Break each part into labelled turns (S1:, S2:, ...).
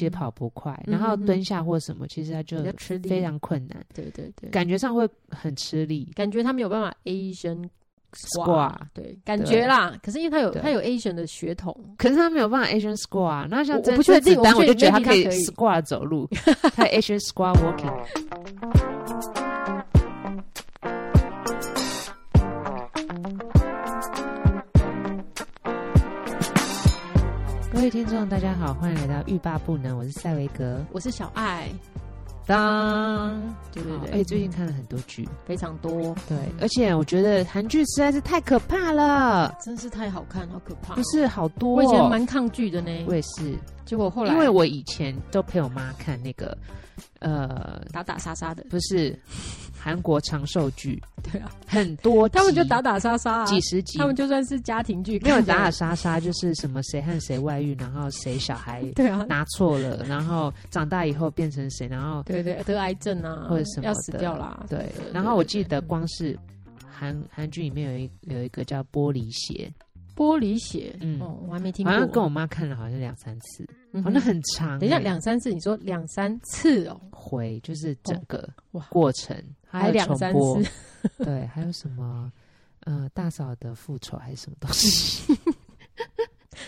S1: 嗯
S2: 然后
S1: 嗯嗯
S2: 蹲下或什么，其实他就
S1: 比较吃力
S2: 非常困难，
S1: 对对对，
S2: 感觉上会很吃力。
S1: 感觉他没有办法 Asian
S2: squat，
S1: 对，感
S2: 对
S1: 觉啦。可是因为他有
S2: 对
S1: 他有 Asian 的血统，
S2: 可是他没有办法 Asian squat，啊那
S1: 我
S2: 像
S1: 我
S2: 真
S1: 不确定
S2: 子丹
S1: 我
S2: 我
S1: 不
S2: 就
S1: 确
S2: 觉
S1: 定
S2: 得他可以
S1: maybe 他
S2: squat 走路，他 Asian squat walking。各位听众，大家好，欢迎来到欲罢不能，我是赛维格。
S1: 我是小爱，
S2: 当，
S1: 对对
S2: 好哎
S1: 对，
S2: 而且最近看了很多剧，
S1: 非常多，
S2: 对，而且我觉得韩剧实在是太可怕了，
S1: 真是太好看，好可怕。
S2: 不，是好多、哦。
S1: 我以前蛮抗拒的呢，
S2: 我也是，
S1: 结果后来
S2: 因为我以前都陪我妈看那个，呃，
S1: 打打杀杀的，
S2: 不是韩国长寿剧，
S1: 对啊，
S2: 很多集
S1: 他们就打打杀杀啊，
S2: 几十集，
S1: 他们就算是家庭剧，
S2: 没有
S1: 看着
S2: 打打杀杀，就是什么谁和谁外遇，然后谁小孩
S1: 对 啊，
S2: 拿错了，然后长大以后变成谁，然后
S1: 对对，得癌症啊，
S2: 或者什么
S1: 要死
S2: 的
S1: 掉啦，
S2: 对
S1: 对，
S2: 然后我记
S1: 对
S2: 得光是韩韩剧里面有一有一个叫《玻璃鞋
S1: 玻璃鞋，
S2: 嗯
S1: 哦，我还没》，听过，
S2: 好像跟我妈看了好像两三次，
S1: 嗯
S2: 好
S1: 哼
S2: 像很长欸。
S1: 等一下两三次，你说两三次哦，
S2: 回就是整个
S1: 哇
S2: 过程，还有
S1: 两
S2: 重
S1: 三
S2: 播
S1: 次，，
S2: 对，还有什么呃大嫂的复仇还是什么东 西？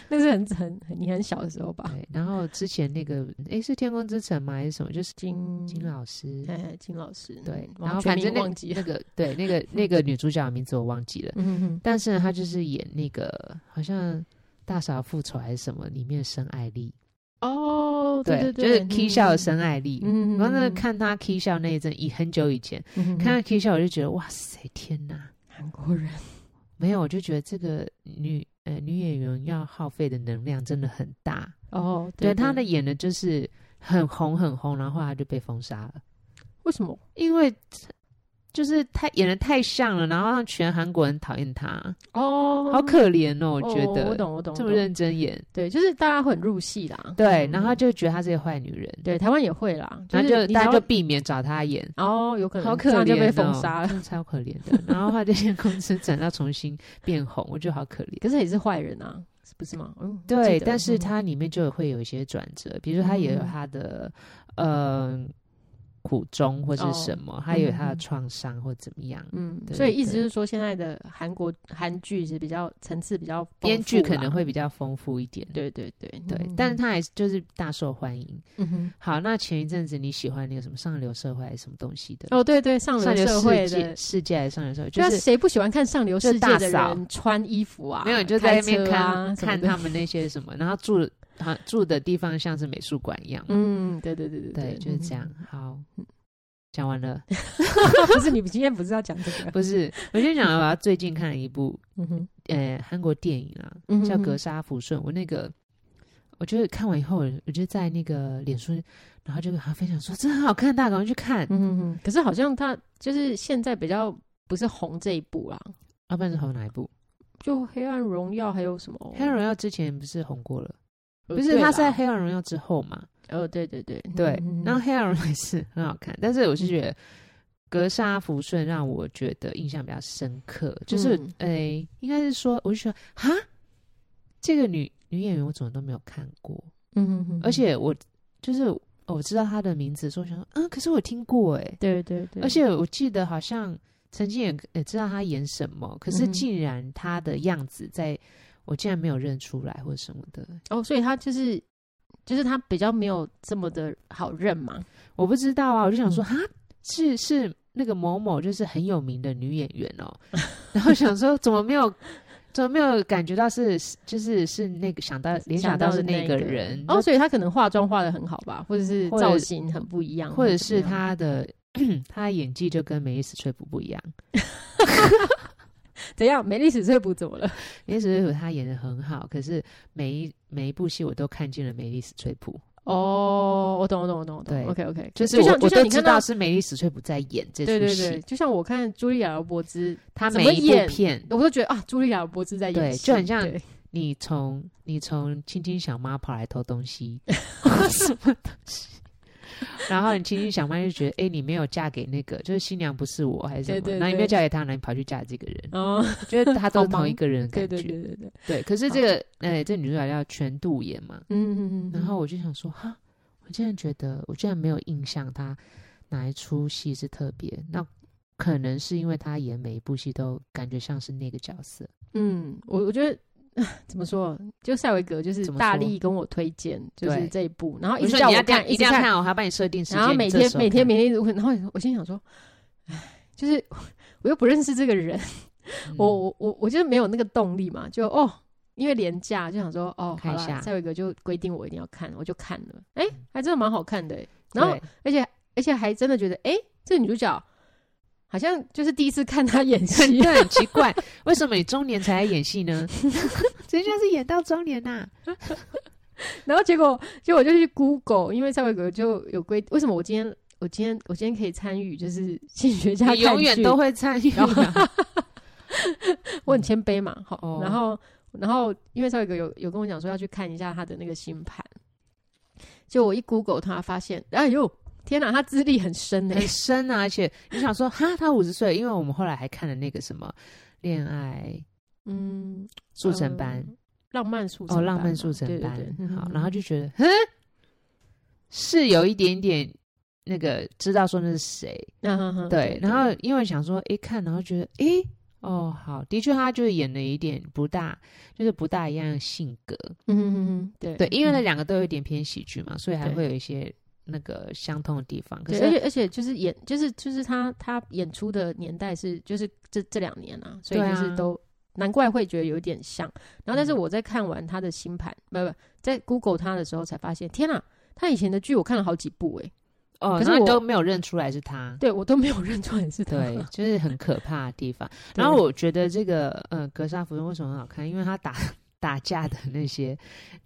S1: 那是很很很你很小的时候吧？
S2: 对，然后之前那个诶是天空之城吗还是什么？就是
S1: 金
S2: 嗯金老师，
S1: 哎，金老师，
S2: 对
S1: 嗯，
S2: 然后
S1: 我全
S2: 反
S1: 名
S2: 正那
S1: 忘记了，
S2: 那个对那个那个女主角的名字我忘记了，
S1: 嗯哼
S2: 但是呢，她就是演那个好像大嫂复仇还是什么里面生艾丽，
S1: 哼，哦，对对，
S2: 就是 K 笑的，生艾丽。
S1: 嗯嗯嗯
S2: 然后那个看她 K 笑那一阵，以很久以前
S1: 看
S2: 看她 K 笑，我就觉得哇塞，天哪！
S1: 嗯韩国人，
S2: 没有，我就觉得这个女呃女演员要耗费的能量真的很大。
S1: 哦，
S2: 对，
S1: 对，
S2: 她的演的就是很红很红，然后后来就被封杀了，
S1: 为什么？
S2: 因为就是太演的太像了，然后让全韩国人讨厌她，
S1: 哦，
S2: 好可怜哦，我
S1: 哦
S2: 觉得。
S1: 我懂，我懂，
S2: 这么
S1: 我懂
S2: 认真演，
S1: 对，就是大家会很入戏啦，
S2: 对，
S1: 嗯
S2: 然后就觉得她是个坏女人，
S1: 对台湾也会啦，
S2: 然后就是
S1: 你
S2: 大
S1: 台
S2: 家
S1: 湾
S2: 就避免找她演，
S1: 哦，有可能
S2: 好
S1: 这
S2: 可怜、
S1: 样
S2: 哦，
S1: 就被封杀了，
S2: 真的超可怜的。然后她就先公司 转到重新变红，我觉得好可怜。
S1: 可是也是坏人啊，是不是吗？嗯，我记
S2: 对，
S1: 得
S2: 但
S1: 嗯
S2: 是它里面就会有一些转折，比如说它也有
S1: 嗯
S2: 它的呃苦衷或是什么，
S1: 哦
S2: 它也有它的创伤或怎么样。
S1: 嗯，
S2: 对
S1: 所以意思
S2: 对
S1: 就是说，现在的韩国韩剧是比较层次比较丰富啦，
S2: 编剧可能会比较丰富一点，
S1: 对嗯对对
S2: 对，但是它还是就是大受欢迎。
S1: 嗯哼，
S2: 好，那前一阵子你喜欢那个什么上流社会还是什么东西的？
S1: 哦对对，上
S2: 上
S1: 流
S2: 流
S1: 社
S2: 世
S1: 会
S2: 界
S1: 的，啊
S2: 世界还是上流社会，
S1: 就
S2: 就是是。
S1: 谁不喜欢看上流
S2: 就
S1: 世界
S2: 大
S1: 的
S2: 嫂
S1: 人穿衣服啊，
S2: 没有，你就在那
S1: 开
S2: 边
S1: 车啊
S2: 看
S1: 什么
S2: 看
S1: 的
S2: 他们那些什么，然后住的好住的地方像是美术馆一样嘛，
S1: 嗯，对对对对
S2: 对，就是这样。。好，讲完了。
S1: 嗯 不是你今天不是要讲这 个？
S2: 不是，我就想我要最近看了一部
S1: 嗯哼，
S2: 呃韩国电影啊，
S1: 嗯哼
S2: 叫《
S1: 哼
S2: 格杀福顺》。我那个，我觉得看完以后，我就在那个脸书，然后就跟他分享说，真的很好看，大家赶快去看。
S1: 嗯哼哼。可是好像他就是现在比较不是红这一部啦，
S2: 要、啊不然是红哪一部？
S1: 就《黑暗荣耀》还有什么？
S2: 黑暗荣耀》之前不是红过了？
S1: 哦呃
S2: 不是，
S1: 对
S2: 它是在《
S1: 啦
S2: 黑暗荣耀》之后嘛？
S1: 哦，对对对
S2: 对
S1: 嗯哼，
S2: 然后《黑暗荣耀》也是很好看，但是我是觉得。格杀福顺让我觉得印象比较深刻，就是
S1: 嗯
S2: 诶、应该是说，我就觉得哈，这个女女演员我怎么都没有看过，
S1: 嗯哼哼，
S2: 而且我就是哦我知道他的名字，所以我想说，嗯，可是我听过哎，
S1: 对对对，
S2: 而且我记得好像曾经也也知道他演什么，可是
S1: 嗯哼
S2: 竟然他的样子在。我竟然没有认出来或者什么的，
S1: 哦，所以他就是就是他比较没有这么的好认嘛。
S2: 我不知道啊，我就想
S1: 嗯
S2: 说，哈、是是那个某某，就是很有名的女演员哦， 然后想说怎么没有，怎么没有感觉到是就是是那个想到联想到
S1: 的
S2: 是
S1: 那
S2: 那
S1: 一
S2: 个
S1: 个
S2: 人，
S1: 哦，所以他可能化妆化的很好吧，或者是
S2: 或者
S1: 造型很不一样，
S2: 或者是
S1: 怎么样
S2: 他的 他的演技就跟梅丽史翠普不一样，
S1: 怎样？美丽史翠普怎么了？
S2: 梅丽史翠普她演的很好，可是每一每一部戏我都看见了梅丽史翠普，
S1: 哦，我懂，我懂，我懂，我懂
S2: 对
S1: OK OK，
S2: 就是
S1: 就
S2: 我
S1: 像
S2: 我
S1: 就像
S2: 都
S1: 你
S2: 知
S1: 看
S2: 道
S1: 到，
S2: 是梅丽史翠普在演这
S1: 对
S2: 出
S1: 对
S2: 戏
S1: 对，，就像我看茱莉亚·罗伯兹，
S2: 她
S1: 怎
S2: 每
S1: 么
S2: 一部
S1: 演
S2: 片，
S1: 我都觉得啊，茱莉亚·罗伯兹在演
S2: 对
S1: 戏，
S2: 就很像
S1: 对
S2: 你 从你从亲亲小妈跑来偷东西，什么东西， 然后你情绪想歪就觉得，哎，你没有嫁给那个，就是新娘不是我还是什
S1: 对
S2: 么，
S1: 对对
S2: 然后你没有嫁给他，然后你跑去嫁这个人，
S1: 哦，
S2: 觉得他都
S1: 好
S2: 是同
S1: 忙
S2: 一个人的感
S1: 对
S2: 觉。
S1: 对对对对，
S2: 对可是这个，哎，这女主角叫全度妍嘛，
S1: 嗯嗯嗯，
S2: 然后我就想说，哈，我竟然觉得，我竟然没有印象她哪一出戏是特别，那可能是因为她演每一部戏都感觉像是那个角色。
S1: 嗯，我我觉得。啊怎么说？就塞维格就是
S2: 怎么
S1: 大
S2: 说
S1: 力跟我推荐，就是
S2: 对
S1: 这一部，然后哦一
S2: 我
S1: 直
S2: 说
S1: 叫
S2: 你
S1: 我
S2: 要这样
S1: 看，
S2: 一
S1: 一
S2: 定
S1: 直
S2: 要
S1: 看，
S2: 看哦，还帮你设定时间，
S1: 然后每天每天
S2: 每
S1: 每天一直问，然后我心想说，哎，就是 我又不认识这个人，
S2: 嗯
S1: 我我我我就是没有那个动力嘛，就哦，因为廉价就想说哦，
S2: 看
S1: 好
S2: 一
S1: 啦
S2: 下嗯
S1: 再有一个就规定我一定要看，我就看了，哎、还真的蛮好看的、欸，然后 而且而且还真的觉得，哎、这个女主角好像就是第一次看她演戏，
S2: 对，很奇怪，为什么你中年才来演戏呢？ 人家是演到中 年呐、
S1: 然后结果结果我就去 Google，因为蔡伟格就有规，为什么我今天我今天我今天可以参与就是性学家
S2: 你永远
S1: 看剧哦
S2: 都会参与、 啊。
S1: 我很谦卑嘛，好，
S2: 哦
S1: 然后然后因为赵伟哥有有跟我讲说要去看一下他的那个星盘，就我一 Google 他发现，哎呦天哪，他资历很深呢、
S2: 很深啊，而且你想说，哈，他五十岁，因为我们后来还看了那个什么恋爱
S1: 嗯，
S2: 速成班，
S1: 呃浪漫速成
S2: 哦，
S1: 班
S2: 浪漫
S1: 嘛
S2: 速成班，
S1: 对对对，
S2: 好
S1: 嗯，
S2: 然后就觉得，哼，是有一点点那个知道说那是谁，
S1: 嗯哼哼
S2: 对，然后因为想说一看，然后觉得诶，哦，好，的确，他就是演了一点不大，就是不大一样的性格。
S1: 嗯哼哼哼，对
S2: 对，因为那
S1: 嗯
S2: 两个都有一点偏喜剧嘛，所以还
S1: 对
S2: 会有一些那个相通的地方。可
S1: 对，而
S2: 是，
S1: 且而且就是演，就是就是他他演出的年代是就是这这两年啊，所以
S2: 对
S1: 就
S2: 啊嗯
S1: 是都、难怪会觉得有点像。然后，但是我在看完他的新盘，不不，在 Google 他的时候才发现，天啊，他以前的剧我看了好几部诶、
S2: 哦，
S1: 可
S2: 可
S1: 是
S2: 是
S1: 我
S2: 都没有认出来是他。
S1: 对我都没有 认出来是他。
S2: 对，就是很可怕的地方。
S1: 对
S2: 然后我觉得这个呃，格杀夫人为什么很好看？因为他打 打架的那些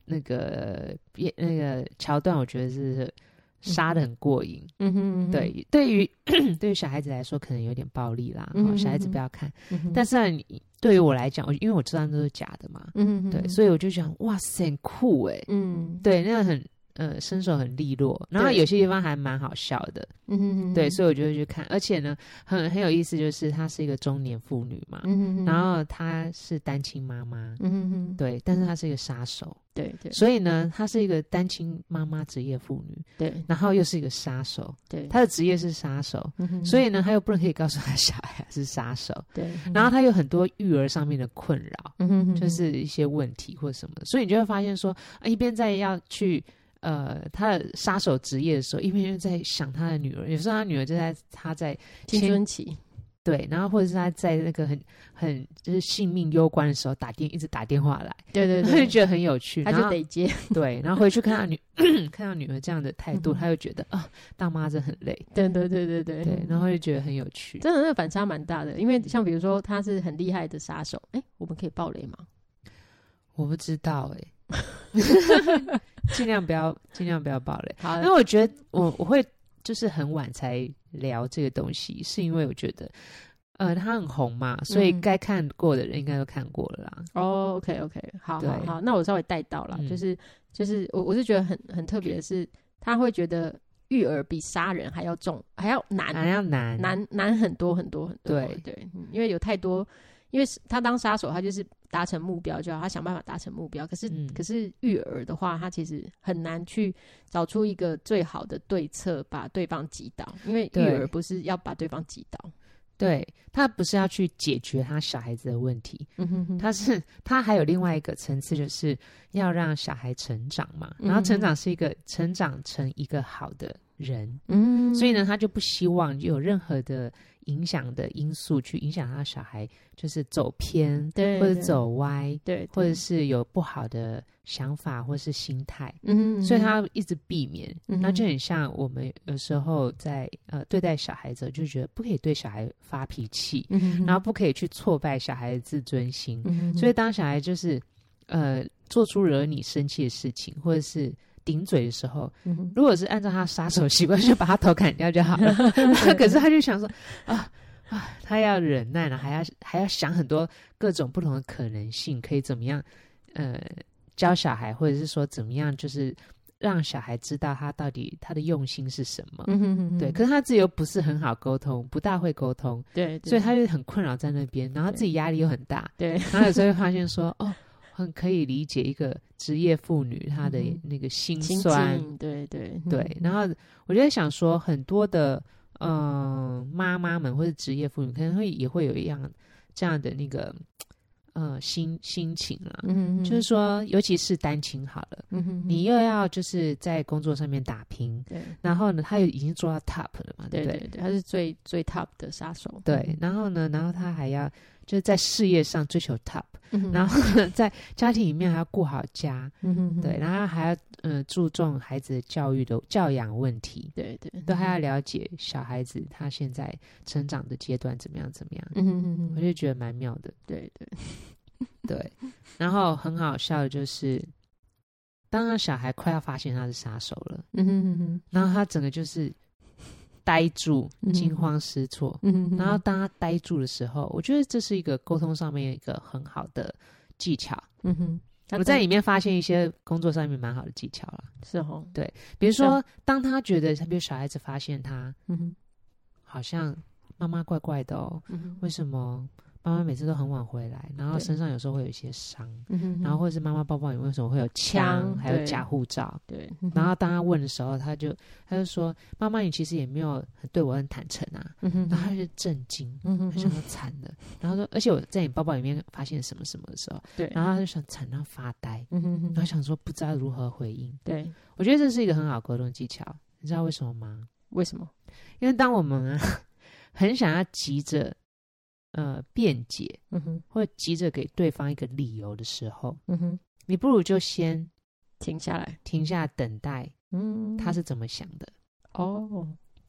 S2: 那个也那个桥段，我觉得是杀的很过瘾。
S1: 嗯哼，嗯哼，
S2: 对，对于 对于小孩子来说，可能有点暴力啦，
S1: 嗯
S2: 哦小孩
S1: 嗯
S2: 子
S1: 嗯
S2: 不要看。
S1: 嗯哼，
S2: 但是啊你对于我来讲，我因为我知道那都是假的嘛，
S1: 嗯哼，嗯哼
S2: 对，所以我就想，哇塞，很酷哎、
S1: 嗯，
S2: 对，那个很呃，身手很利落，然后
S1: 对
S2: 有些地方还蛮好笑的，
S1: 嗯哼，嗯哼
S2: 对，所以我就会去看，而且呢，很很有意思，就是她是一个中年妇女嘛，
S1: 嗯哼，嗯哼
S2: 然，后她是单亲妈妈。
S1: 嗯哼，嗯哼，
S2: 对，但是她是一个杀手，
S1: 对对嗯
S2: 所以呢，她是一个单亲妈妈职业妇女，
S1: 对
S2: 然后又是一个杀手，
S1: 嗯对，
S2: 她的职业是杀手，
S1: 嗯哼
S2: 所以呢，他又不能可以告诉他小孩是杀手，
S1: 对，
S2: 然后他有很多育儿上面的困扰，
S1: 嗯哼，嗯哼
S2: 就是一些问题或什么的，所以你就会发现说，啊一边在要去呃他的杀手职业的时候，一边又在想他的女儿，有时候他女儿就在他在
S1: 青
S2: 前
S1: 春期，
S2: 对，然后或者是他在那个很很就是性命攸关的时候打电一直打电话来，
S1: 对对
S2: 他就
S1: 对，
S2: 觉得很有趣，
S1: 他
S2: 然
S1: 就
S2: 后
S1: 得接，
S2: 对，然后回去 看到女看到女儿这样的态
S1: 嗯
S2: 度，
S1: 哼嗯
S2: 他就觉得啊，当妈真的很累，
S1: 对对对对对
S2: 对，然后就觉得很有趣。
S1: 真的那个反差蛮大的，因为像比如说他是很厉害的杀手，哎、我们可以爆雷吗？
S2: 我不知道 哎、尽量不要，尽量不要爆雷。
S1: 好
S2: 因为我觉得我我会就是很晚才聊这个东西，是因为我觉得，呃，它很红嘛，所以
S1: 嗯
S2: 该看过的人应该都看过了啦。
S1: 哦、o k OK，好好
S2: 对
S1: 好，那我稍微带到了、
S2: 嗯
S1: 就是就是我我是觉得很很特别的是，他会觉得育儿比杀人还要重，还要难
S2: 难要难，
S1: 难难很多很多很多，
S2: 对
S1: 对、嗯因为有太多，因为是他当杀手，他就是达成目标就好，他想办法达成目标，可是、
S2: 嗯
S1: 可是育儿的话，他其实很难去找出一个最好的对策把对方击倒，因为育
S2: 对
S1: 儿不是要把对方击倒。
S2: 对他不是要去解决他小孩子的问题，
S1: 嗯哼哼，
S2: 他是他还有另外一个层次，就是要让小孩成长嘛，然后成
S1: 嗯
S2: 长是一个成长成一个好的人，
S1: 嗯
S2: 所以呢，他就不希望有任何的影响的因素去影响他小孩，就是走偏
S1: 嗯对
S2: 或者
S1: 对
S2: 走歪，
S1: 对，
S2: 或者
S1: 对
S2: 是有不好的想法或是心态，
S1: 嗯，
S2: 所以他一直避免。
S1: 嗯
S2: 那就很像我们有时候在呃对待小孩子，就觉得不可以对小孩发脾气，
S1: 嗯哼哼，
S2: 然后不可以去挫败小孩的自尊心。
S1: 嗯哼哼，
S2: 所以当小孩就是呃做出惹你生气的事情，或者是顶嘴的时候，
S1: 嗯哼
S2: 如果是按照他杀手习惯，就把他头砍掉就 好了。可是他就想说啊啊，他要忍耐了，还要还要想很多各种不同的可能性，可以怎么样？呃，教小孩，或者是说怎么样，就是让小孩知道他到底他的用心是什么。
S1: 嗯哼哼哼
S2: 对，可是他自己又不是很好沟通，不大会沟通，
S1: 对，对
S2: 所以他就很困扰在那边，然后自己压力又很大，
S1: 对
S2: 然后有时候会发现说，哦，很可以理解一个职业妇女她的
S1: 嗯
S2: 那个心
S1: 亲
S2: 酸，
S1: 近，对对
S2: 对，，然后我就在想说，很多的嗯妈妈们或者职业妇女，可能会也会有一样这样的那个呃心心情啦，
S1: 嗯哼哼，
S2: 就是说，尤其是单亲好了，
S1: 嗯哼哼
S2: 你又要就是在工作上面打拼，
S1: 对
S2: 然后呢，他又已经做到 top 了嘛，对
S1: 对
S2: 不
S1: 对对，他是最最 top 的杀手，
S2: 对，然后呢，然后他还要就是在事业上追求 top，、
S1: 嗯哼
S2: 然后呢，在家庭里面还要顾好家，
S1: 嗯哼哼
S2: 对，然后还要呃注重孩子的教育的教养问题，
S1: 对嗯对，
S2: 都还要了解小孩子他现在成长的阶段怎么样怎么样，
S1: 嗯哼哼
S2: 我
S1: 哼，
S2: 就觉得蛮妙的。
S1: 对对，
S2: 对，然后很好笑的就是，当他小孩快要发现他是杀手了，
S1: 嗯哼哼哼，
S2: 然后他整个就是呆住
S1: 嗯，
S2: 惊慌失措。
S1: 嗯哼哼，
S2: 然后当他呆住的时候，我觉得这是一个沟通上面一个很好的技巧。
S1: 嗯哼，他
S2: 我在
S1: 真
S2: 里面发现一些工作上面蛮好的技巧了，
S1: 是哦，
S2: 比如说
S1: 像，
S2: 当他觉得，比如小孩子发现他
S1: 嗯哼
S2: 好像妈妈怪怪的哦，
S1: 嗯哼
S2: 为什么妈妈每次都很晚回来，然后
S1: 对
S2: 身上有时候会有一些伤，
S1: 嗯哼哼，
S2: 然后或者是妈妈包包里为什么会有枪，
S1: 枪
S2: 还有
S1: 对嗯
S2: 假护照？
S1: 对，
S2: 然后当他问的时候，他就他就说：“妈妈，你其实也没有很对我很坦诚啊。
S1: 嗯哼”
S2: 然后他
S1: 哼，
S2: 就震惊，
S1: 嗯哼
S2: 他想
S1: 哼，
S2: 说惨了。然后说：“而且我在你包包里面发现什么什么的时候，
S1: 对，
S2: 然后他就想惨到发呆，
S1: 嗯哼
S2: 然后
S1: 哼，
S2: 想说不知道如何回应。
S1: 对，
S2: 我觉得这是一个很好的沟通技巧，你知道为什么吗？
S1: 为什么？
S2: 因为当我们啊很想要急着呃辩解，
S1: 嗯哼
S2: 或者急着给对方一个理由的时候，
S1: 嗯哼，
S2: 你不如就先
S1: 停下来，
S2: 停下等待
S1: 嗯，
S2: 他是怎么想的。
S1: 哦，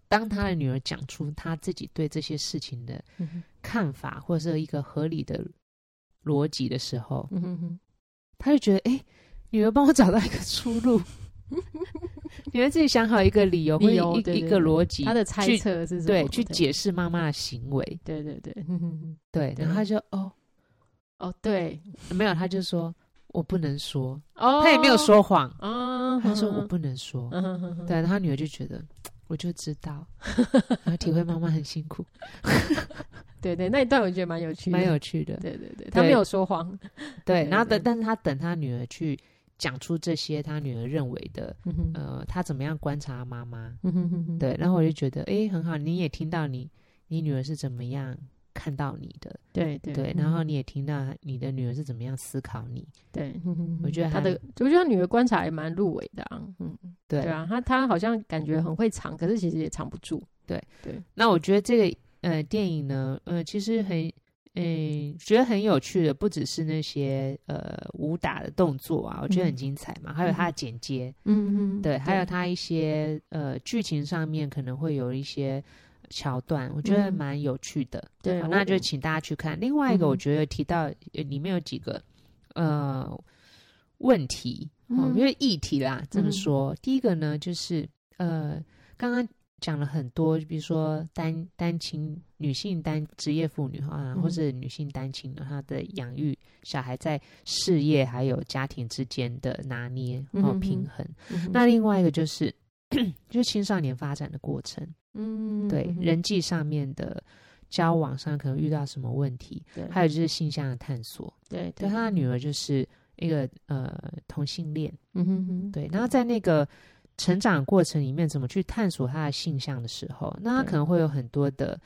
S2: 当他的女儿讲出他自己对这些事情的
S1: 嗯哼
S2: 看法，或者是一个合理的逻辑的时候，
S1: 嗯哼哼，
S2: 他就觉得，哎、女儿帮我找到一个出路， 女儿自己想好一个理由，或
S1: 理由
S2: 者一
S1: 对对
S2: 一个
S1: 对
S2: 逻辑
S1: 他，的猜
S2: 去
S1: 测是什么？
S2: 对，去，解释妈妈的行为，
S1: 对对对，嗯哼哼，
S2: 对，
S1: 对
S2: 然后他就哦，
S1: 哦对，
S2: 没有，他就说我不能说，
S1: 哦，
S2: 他也没有说谎，
S1: 啊，
S2: 他说我不能说。
S1: 嗯哼哼哼，
S2: 对，然后他女儿就觉得我就知道， 然后体会妈妈很辛苦，
S1: 对对，那一段我 觉得蛮有趣的，
S2: 蛮有趣的。
S1: 对对对，他没有说谎，
S2: 对，
S1: 对
S2: 然后等，
S1: 对
S2: 但是他等他女儿去讲出这些他女儿认为的，
S1: 嗯哼，
S2: 呃，他怎么样观察妈妈。
S1: 嗯哼哼哼，
S2: 对，然后我就觉得，诶，很好，你也听到你你女儿是怎么样看到你的，
S1: 对嗯对
S2: 对，然后你也听到你的女儿是怎么样思考你，
S1: 对，嗯哼
S2: 我觉得
S1: 他
S2: 还
S1: 的，我觉得他女儿观察也蛮入围的啊，嗯，
S2: 对
S1: 对啊，他他好像感觉很会藏，可是其实也藏不住，
S2: 那我觉得这个呃电影呢，呃，其实很。嗯，觉得很有趣的不只是那些呃武打的动作啊，我觉得很
S1: 嗯
S2: 精彩嘛，还有它的剪接，
S1: 嗯嗯，
S2: 对，还有它一些
S1: 嗯
S2: 呃剧情上面可能会有一些桥段，我觉得
S1: 嗯
S2: 蛮有趣的。
S1: 对
S2: 好
S1: 我
S2: 那就请大家去看。另外一
S1: 嗯
S2: 个，我觉得提到、呃里面有几个呃问题，哦，
S1: 嗯
S2: 因为议题啦，这么
S1: 嗯
S2: 说，第一个呢就是呃，刚刚讲了很多，比如说单单亲女性单职业妇女啊，
S1: 嗯
S2: 或是女性单亲的她的养育小孩在事业还有家庭之间的拿捏
S1: 嗯
S2: 哦
S1: 哼
S2: 平
S1: 哼
S2: 衡。
S1: 嗯哼
S2: 那另外一个就是。 就是青少年发展的过程，
S1: 嗯
S2: 对、
S1: 嗯哼
S2: 人际上面的交往上可能遇到什么问题，
S1: 对
S2: 还有就是性向的探索。
S1: 对
S2: 对，他的女儿就是一个呃同性恋，
S1: 嗯哼哼，
S2: 对，然后在那个成长过程里面，怎么去探索他的性向的时候，那他
S1: 对
S2: 可能会有很多的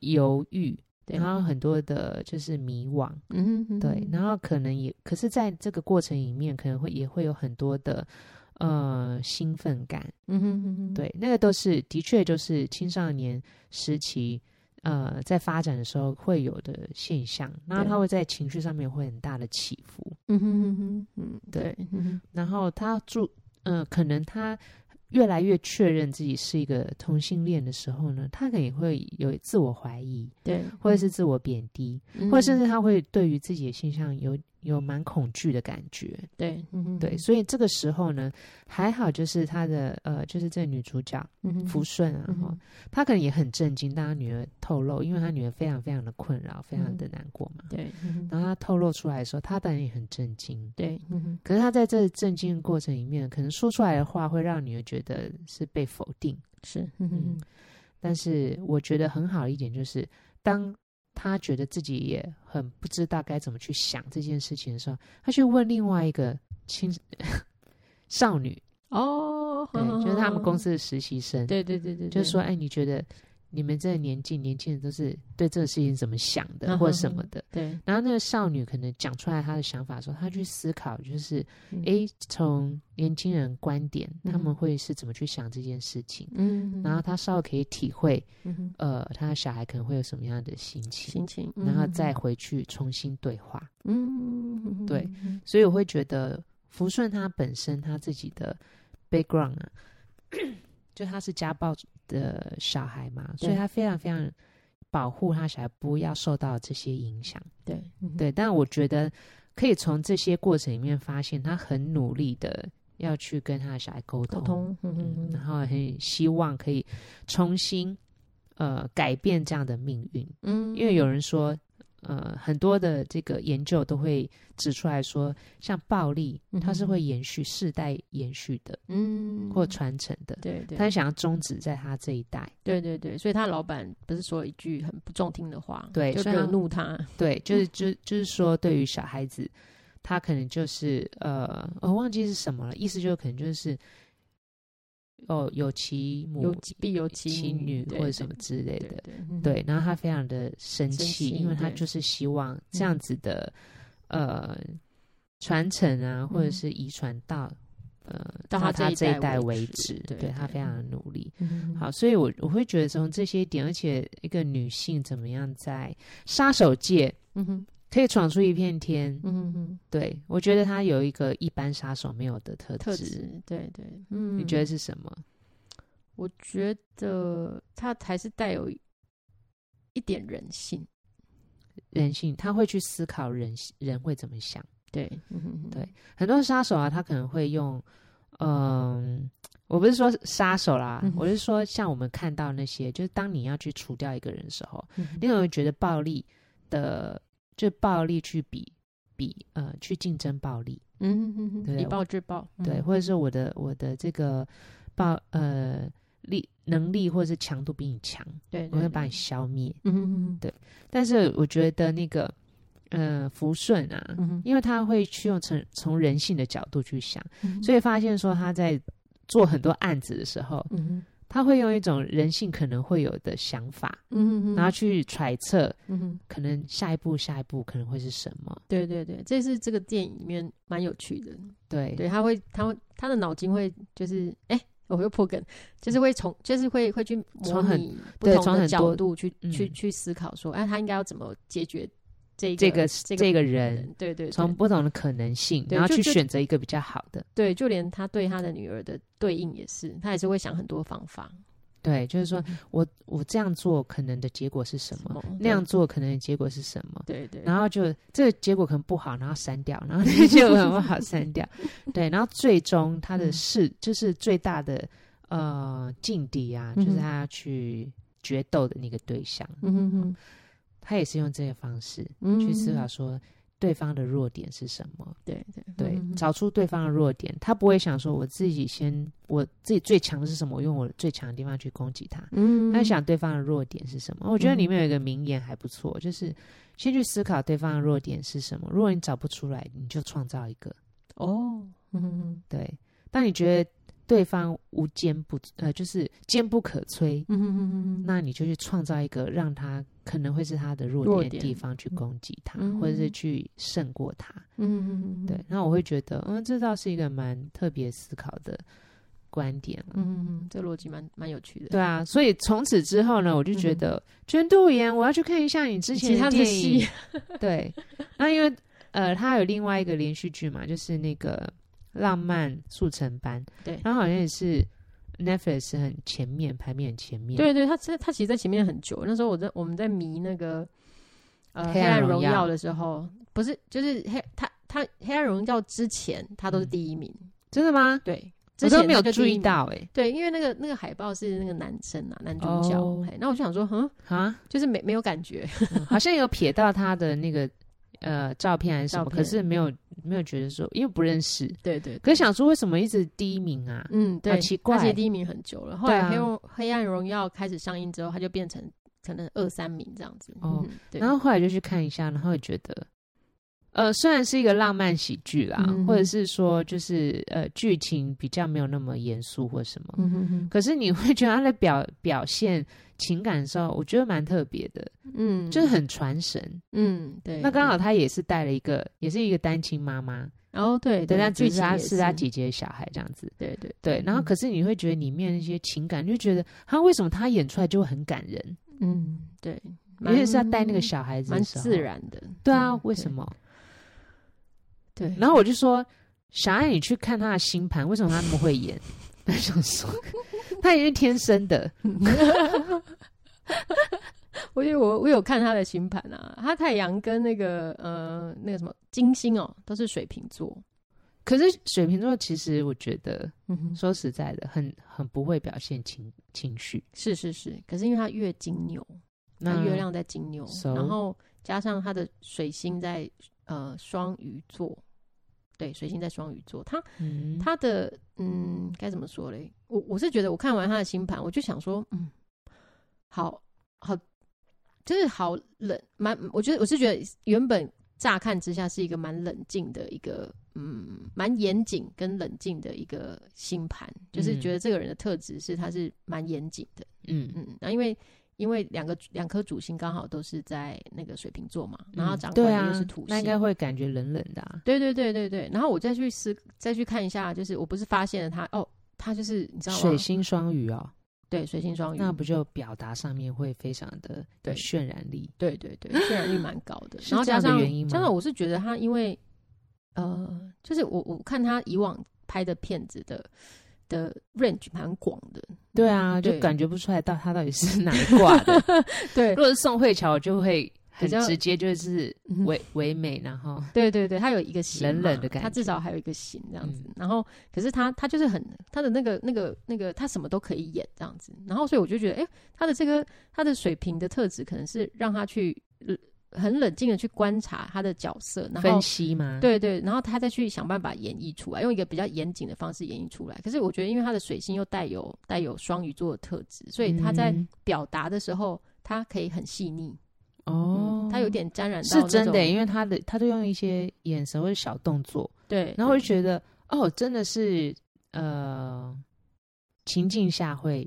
S2: 犹豫，
S1: 对
S2: 然后很多的就是迷惘，
S1: 嗯哼哼，
S2: 对，然后可能也，可是在这个过程里面，可能会也会有很多的呃兴奋感，
S1: 嗯哼哼哼，
S2: 对，那个都是的确就是青少年时期。呃，在发展的时候会有的现象，然后
S1: 对
S2: 他会在情绪上面会很大的起伏，
S1: 嗯哼哼哼，嗯
S2: 对
S1: 对，嗯哼
S2: 然后他注，呃，可能他越来越确认自己是一个同性恋的时候呢，他可能也会有自我怀疑，
S1: 对，嗯
S2: 或者是自我贬低，或者甚至他会对于自己的性向有有蛮恐惧的感觉。
S1: 对，嗯哼
S2: 对，，所以这个时候呢，还好就是她的呃，就是这个女主角
S1: 嗯哼
S2: 福顺啊，
S1: 嗯
S2: 哈、
S1: 哼
S2: 她可能也很震惊，但她女儿透露，因为她女儿非常非常的困扰，非
S1: 嗯
S2: 常的难过嘛。
S1: 对，嗯哼
S2: 然后她透露出来的时候，她当然也很震惊。
S1: 对，嗯哼
S2: 可是她在这震惊的过程里面，可能说出来的话会让女儿觉得是被否定。
S1: 是，嗯哼
S2: 嗯但是我觉得很好的一点就是，当她觉得自己也很不知道该怎么去想这件事情的时候，她去问另外一个青 少女，
S1: 哦，
S2: 对，就是他们公，司的实习生，，
S1: 对对对对，
S2: 就是说，哎，你觉得你们这个年纪年轻人都是对这个事情怎么想的，
S1: 嗯
S2: 或
S1: 哼
S2: 什么
S1: 哼
S2: 的？
S1: 对，
S2: 然后那个少女可能讲出来她的想法的时候，她去思考，就是
S1: 嗯
S2: 哎，从年轻人观点，
S1: 嗯
S2: 他
S1: 哼
S2: 们会是怎么去想这件事情？
S1: 嗯，
S2: 然后她稍微可以体会，
S1: 嗯哼
S2: 呃，她的小孩可能会有什么样的心情，
S1: 心情，
S2: 然后
S1: 嗯
S2: 再，回去重新对话。
S1: 嗯，嗯
S2: 对，所以我会觉得福顺他本身他自己的 background 啊，就他是家暴的小孩嘛，
S1: 对
S2: 所以他非常非常保护他小孩不要受到这些影响。
S1: 对，嗯哼
S2: 对，但我觉得可以从这些过程里面发现，他很努力的要去跟他的小孩沟
S1: 沟
S2: 通，
S1: 通，嗯哼
S2: 嗯，
S1: 嗯
S2: 然后很希望可以重新呃改变这样的命运。
S1: 嗯
S2: 因为有人说，呃，很多的这个研究都会指出来说，像暴力
S1: 嗯，哼
S2: 它是会延续世代延续的
S1: 嗯
S2: 或传承的，
S1: 对嗯对，
S2: 他想要终止在他这一代，
S1: 对对对，所以他老板不是说一句很不中听的话，
S2: 对
S1: 就
S2: 所以
S1: 惹
S2: 他
S1: 怒他，
S2: 对，就是
S1: 嗯
S2: 就就是说，对于小孩子，他可能就是呃，我、忘记是什么了，意思就是可能就是。哦，有其母
S1: 有其必有其
S2: 其
S1: 女
S2: 女
S1: 对
S2: 或者
S1: 对
S2: 什么之类
S1: 对
S2: 的，
S1: 对嗯
S2: 对，然后他非常的生
S1: 生
S2: 气，
S1: 气嗯
S2: 因为他
S1: 对
S2: 就是希望这样子的、呃传承啊，或者
S1: 嗯
S2: 是遗传到呃
S1: 到
S2: 他
S1: 他这一
S2: 这
S1: 代
S2: 代
S1: 为
S2: 为
S1: 止
S2: 止，
S1: 对
S2: 他
S1: 对
S2: 非常的努力。
S1: 嗯
S2: 好，所以我我会觉得从这些点，而且一个女性怎么样在杀手界
S1: 嗯哼
S2: 可以闯出一片天，
S1: 嗯哼嗯
S2: 对我觉得她有一个一般杀手没有的特
S1: 哼，特
S2: 质。
S1: 质对对，嗯，
S2: 你觉得？是什么？
S1: 我觉得他还是带有一点人性，
S2: 人性，她会去思考人人会怎么想。
S1: 对，嗯哼嗯
S2: 对很多杀手啊，他可能会用，嗯，我不是说杀手啦，
S1: 嗯
S2: 我是说像我们看到那些，就是当你要去除掉一个人的时候，
S1: 哼嗯
S2: 你可能会觉得暴力的，就暴力去比比呃去竞争暴力，
S1: 嗯哼嗯哼，
S2: 对
S1: 以暴制暴，
S2: 对，
S1: 嗯
S2: 或者是我的我的这个暴呃力能力或者是强度比你强，
S1: 对，
S2: 我
S1: 对
S2: 会把
S1: 对
S2: 你消灭。
S1: 嗯哼嗯
S2: 但是我觉得那个呃福顺啊，
S1: 哼嗯
S2: 因为他会去用从从人性的角度去想。
S1: 哼，以
S2: 所以发现说他在做很多案子的时候，
S1: 嗯哼
S2: 他会用一种人性可能会有的想法，
S1: 嗯哼嗯哼，
S2: 然后去揣测
S1: 嗯哼。
S2: 可能下一步下一步可能会是什么。
S1: 对对对，这是这个电影里面蛮有趣的。
S2: 对
S1: 对，他会，他会，他的脑筋会就是，哎、我又破梗，就是会从，就是会会去模
S2: 从很
S1: 拟不
S2: 对
S1: 同
S2: 从
S1: 的
S2: 很
S1: 角
S2: 多
S1: 度去去
S2: 嗯
S1: 去思考说，哎、他应该要怎么解决这
S2: 这
S1: 个
S2: 个
S1: 这
S2: 这个
S1: 人
S2: 人，
S1: 对对
S2: 从
S1: 对
S2: 不同的可能性，
S1: 对
S2: 然后
S1: 就
S2: 去
S1: 就
S2: 选择一个比较好的。
S1: 对，就连他对他的女儿的对应也是，他也是会想很多方法，
S2: 对，就是说我我这样做可能的结果是什
S1: 嗯什
S2: 么，
S1: 么
S2: 那样做可能的结果是什么。
S1: 对对，
S2: 然后就这个结果可能不好，然后删掉， 然后那个结果很不好删掉，对，然后最终他的
S1: 嗯
S2: 事、就是最大的呃劲敌啊，就
S1: 嗯
S2: 是
S1: 哼
S2: 他要去决斗的那个对象，
S1: 嗯哼哼
S2: 他也是用这个方式
S1: 嗯，
S2: 去思考说对方的弱点是什么，
S1: 对对
S2: 对，
S1: 嗯哼
S2: 找出对方的弱点，他不会想说我自己先我自己最强的是什么，我用我最强的地方去攻击他，
S1: 嗯，
S2: 他想对方的弱点是什么？我觉得
S1: 嗯
S2: 里面有一个名言还不错，就是先去思考对方的弱点是什么。如果你找不出来，你就创造一个。
S1: 哦，嗯哼哼
S2: 对，当你觉得对方无坚不呃，就是坚不可摧，
S1: 嗯哼哼哼哼，
S2: 那你就去创造一个让他可能会是他的
S1: 弱
S2: 弱点的
S1: 点
S2: 地方去攻击他，
S1: 嗯
S2: 或者是去胜过他。
S1: 嗯哼哼哼，
S2: 对，那我会觉得，嗯，这倒是一个蛮特别思考的观点了。
S1: 嗯哼哼，这逻辑蛮蛮有趣的。
S2: 对啊，所以从此之后呢，我就觉得捐度妍，我要去看一下你之
S1: 嗯
S2: 前
S1: 其他的
S2: 电
S1: 戏
S2: 影。 对，那因为呃，他有另外一个连续剧嘛，就是那个《浪漫速成班》，
S1: 对
S2: 然后好像也是 Netflix 很前面，排面很前面。
S1: 对对，他在他其实，在前面很久。那时候我在我们在迷那个呃
S2: 黑暗
S1: 暗
S2: 荣
S1: 荣
S2: 耀
S1: 的时候，不是，就是黑他他黑暗荣耀之前，他都是第一名。
S2: 真的吗？
S1: 对，
S2: 嗯我
S1: 之前
S2: 都没有
S1: 他就
S2: 注
S1: 第一
S2: 意
S1: 名。
S2: 到哎、
S1: 对，因为那个那个海报是那个男生啊，男主角。
S2: 哦
S1: 嘿那我就想说，嗯，
S2: 啊、
S1: 就是没没有感觉。
S2: 嗯 好像有瞥到他的那个呃照片还是什么，
S1: 照
S2: 可
S1: 片
S2: 是没有没有觉得说，因为不认识，
S1: 对对
S2: 可是想说为什么一直第一名啊？
S1: 嗯，对，
S2: 奇怪
S1: 他其实第一名很久了。后
S2: 对
S1: 来
S2: 啊
S1: 黑荣、黑暗荣耀开始上映之后，他就变成可能二三名这样子。
S2: 哦
S1: 嗯，对，
S2: 然后后来就去看一下，然后也觉得，呃，虽然是一个浪漫喜剧啦，
S1: 嗯
S2: 或者是说就是呃剧情比较没有那么严肃或什么，
S1: 嗯哼哼，
S2: 可是你会觉得他的表 表现情感的时候，我觉得蛮特别的，
S1: 嗯，
S2: 就是很传神。
S1: 嗯，对。
S2: 那刚
S1: 对，
S2: 好他也是带了一个，也是一个单亲妈妈，
S1: 然后对
S2: 对，
S1: 对，
S2: 但
S1: 剧
S2: 只
S1: 情
S2: 是他
S1: 也嗯
S2: 是他姐姐的小孩这样子。
S1: 对对
S2: 对，然后可是你会觉得里面那些情感，你就觉得他为什么他演出来就会很感人，
S1: 嗯对，
S2: 尤其是他
S1: 蛮
S2: 带那个小孩子
S1: 蛮
S2: 的时候，
S1: 自。然的。
S2: 对啊
S1: 嗯，
S2: 为什？么？
S1: 对，对
S2: 然后我就说，小爱，你去看他的星盘，为什么他那么会演？ 他想说，他也是天生的，
S1: 我有我我有看他的星盘啊，他太阳跟那个呃那个什么金星哦，都是水瓶座。
S2: 可是水瓶座其实我觉得，
S1: 嗯哼，
S2: 说实在的，很很不会表现情情绪。
S1: 是是是，可是因为他月金牛，
S2: 那
S1: 那月亮在金牛，
S2: 熟
S1: 然后加上他的水星在呃双鱼座，对，水星在双鱼座，他
S2: 嗯，
S1: 他的嗯该怎么说嘞？我我是觉得我看完他的星盘，我就想说，嗯，好好，就是好冷，蛮我觉得我是觉得原本乍看之下是一个蛮冷静的一个。嗯，蛮严谨跟冷静的一个星盘，就是
S2: 嗯
S1: 觉得这个人的特质是他是蛮严谨的，
S2: 嗯
S1: 嗯，那因为因为两个两颗主星刚好都是在那个水瓶座嘛，然后掌管
S2: 嗯对
S1: 的
S2: 啊
S1: 又是土
S2: 那
S1: 星
S2: 应，该会感觉冷冷的、啊。
S1: 对对对对对。然后我再去思再去看一下，就是我不是发现了他哦，他就是你知道吗？
S2: 水星双鱼哦，
S1: 对水星双鱼，
S2: 那不就表达上面会非常的有
S1: 对
S2: 渲染力？。
S1: 对对对，渲染力蛮高的
S2: 是
S1: 然后
S2: 这
S1: 加
S2: 样的
S1: 上
S2: 原因吗
S1: 加上我是觉得他因为呃，就是我我看他以往拍的片子的的 range 蛮广的，
S2: 对啊，就
S1: 嗯对
S2: 感觉不出来到他到底是哪一卦的。
S1: 对
S2: 如果是宋慧乔，我就会很
S1: 比较
S2: 直接，就是
S1: 嗯
S2: 唯唯美，然后
S1: 对对对，他有一个型
S2: 冷
S1: 嘛
S2: 冷的感
S1: 他至
S2: 觉
S1: 少还有一个型这样子。
S2: 嗯
S1: 然后，可是他他就是很他的那个那个那个，他什么都可以演这样子。然后，所以我就觉得，哎、他的这个他的水平的特质，可能是让他去、呃很冷静的去观察他的角色，然后
S2: 分析嘛。，
S1: 对对，然后他再去想办法演绎出来，用一个比较严谨的方式演绎出来。可是我觉得，因为他的水星又带有带有双鱼座的特质，所以他在
S2: 嗯
S1: 表达的时候，他可以很细腻，
S2: 哦
S1: 嗯，他有点沾染到
S2: 是
S1: 那
S2: 真的
S1: 种
S2: 耶，因为他的他都用一些眼神或者小动作，
S1: 对，
S2: 然后我
S1: 对
S2: 就觉得哦，真的是呃，情境下会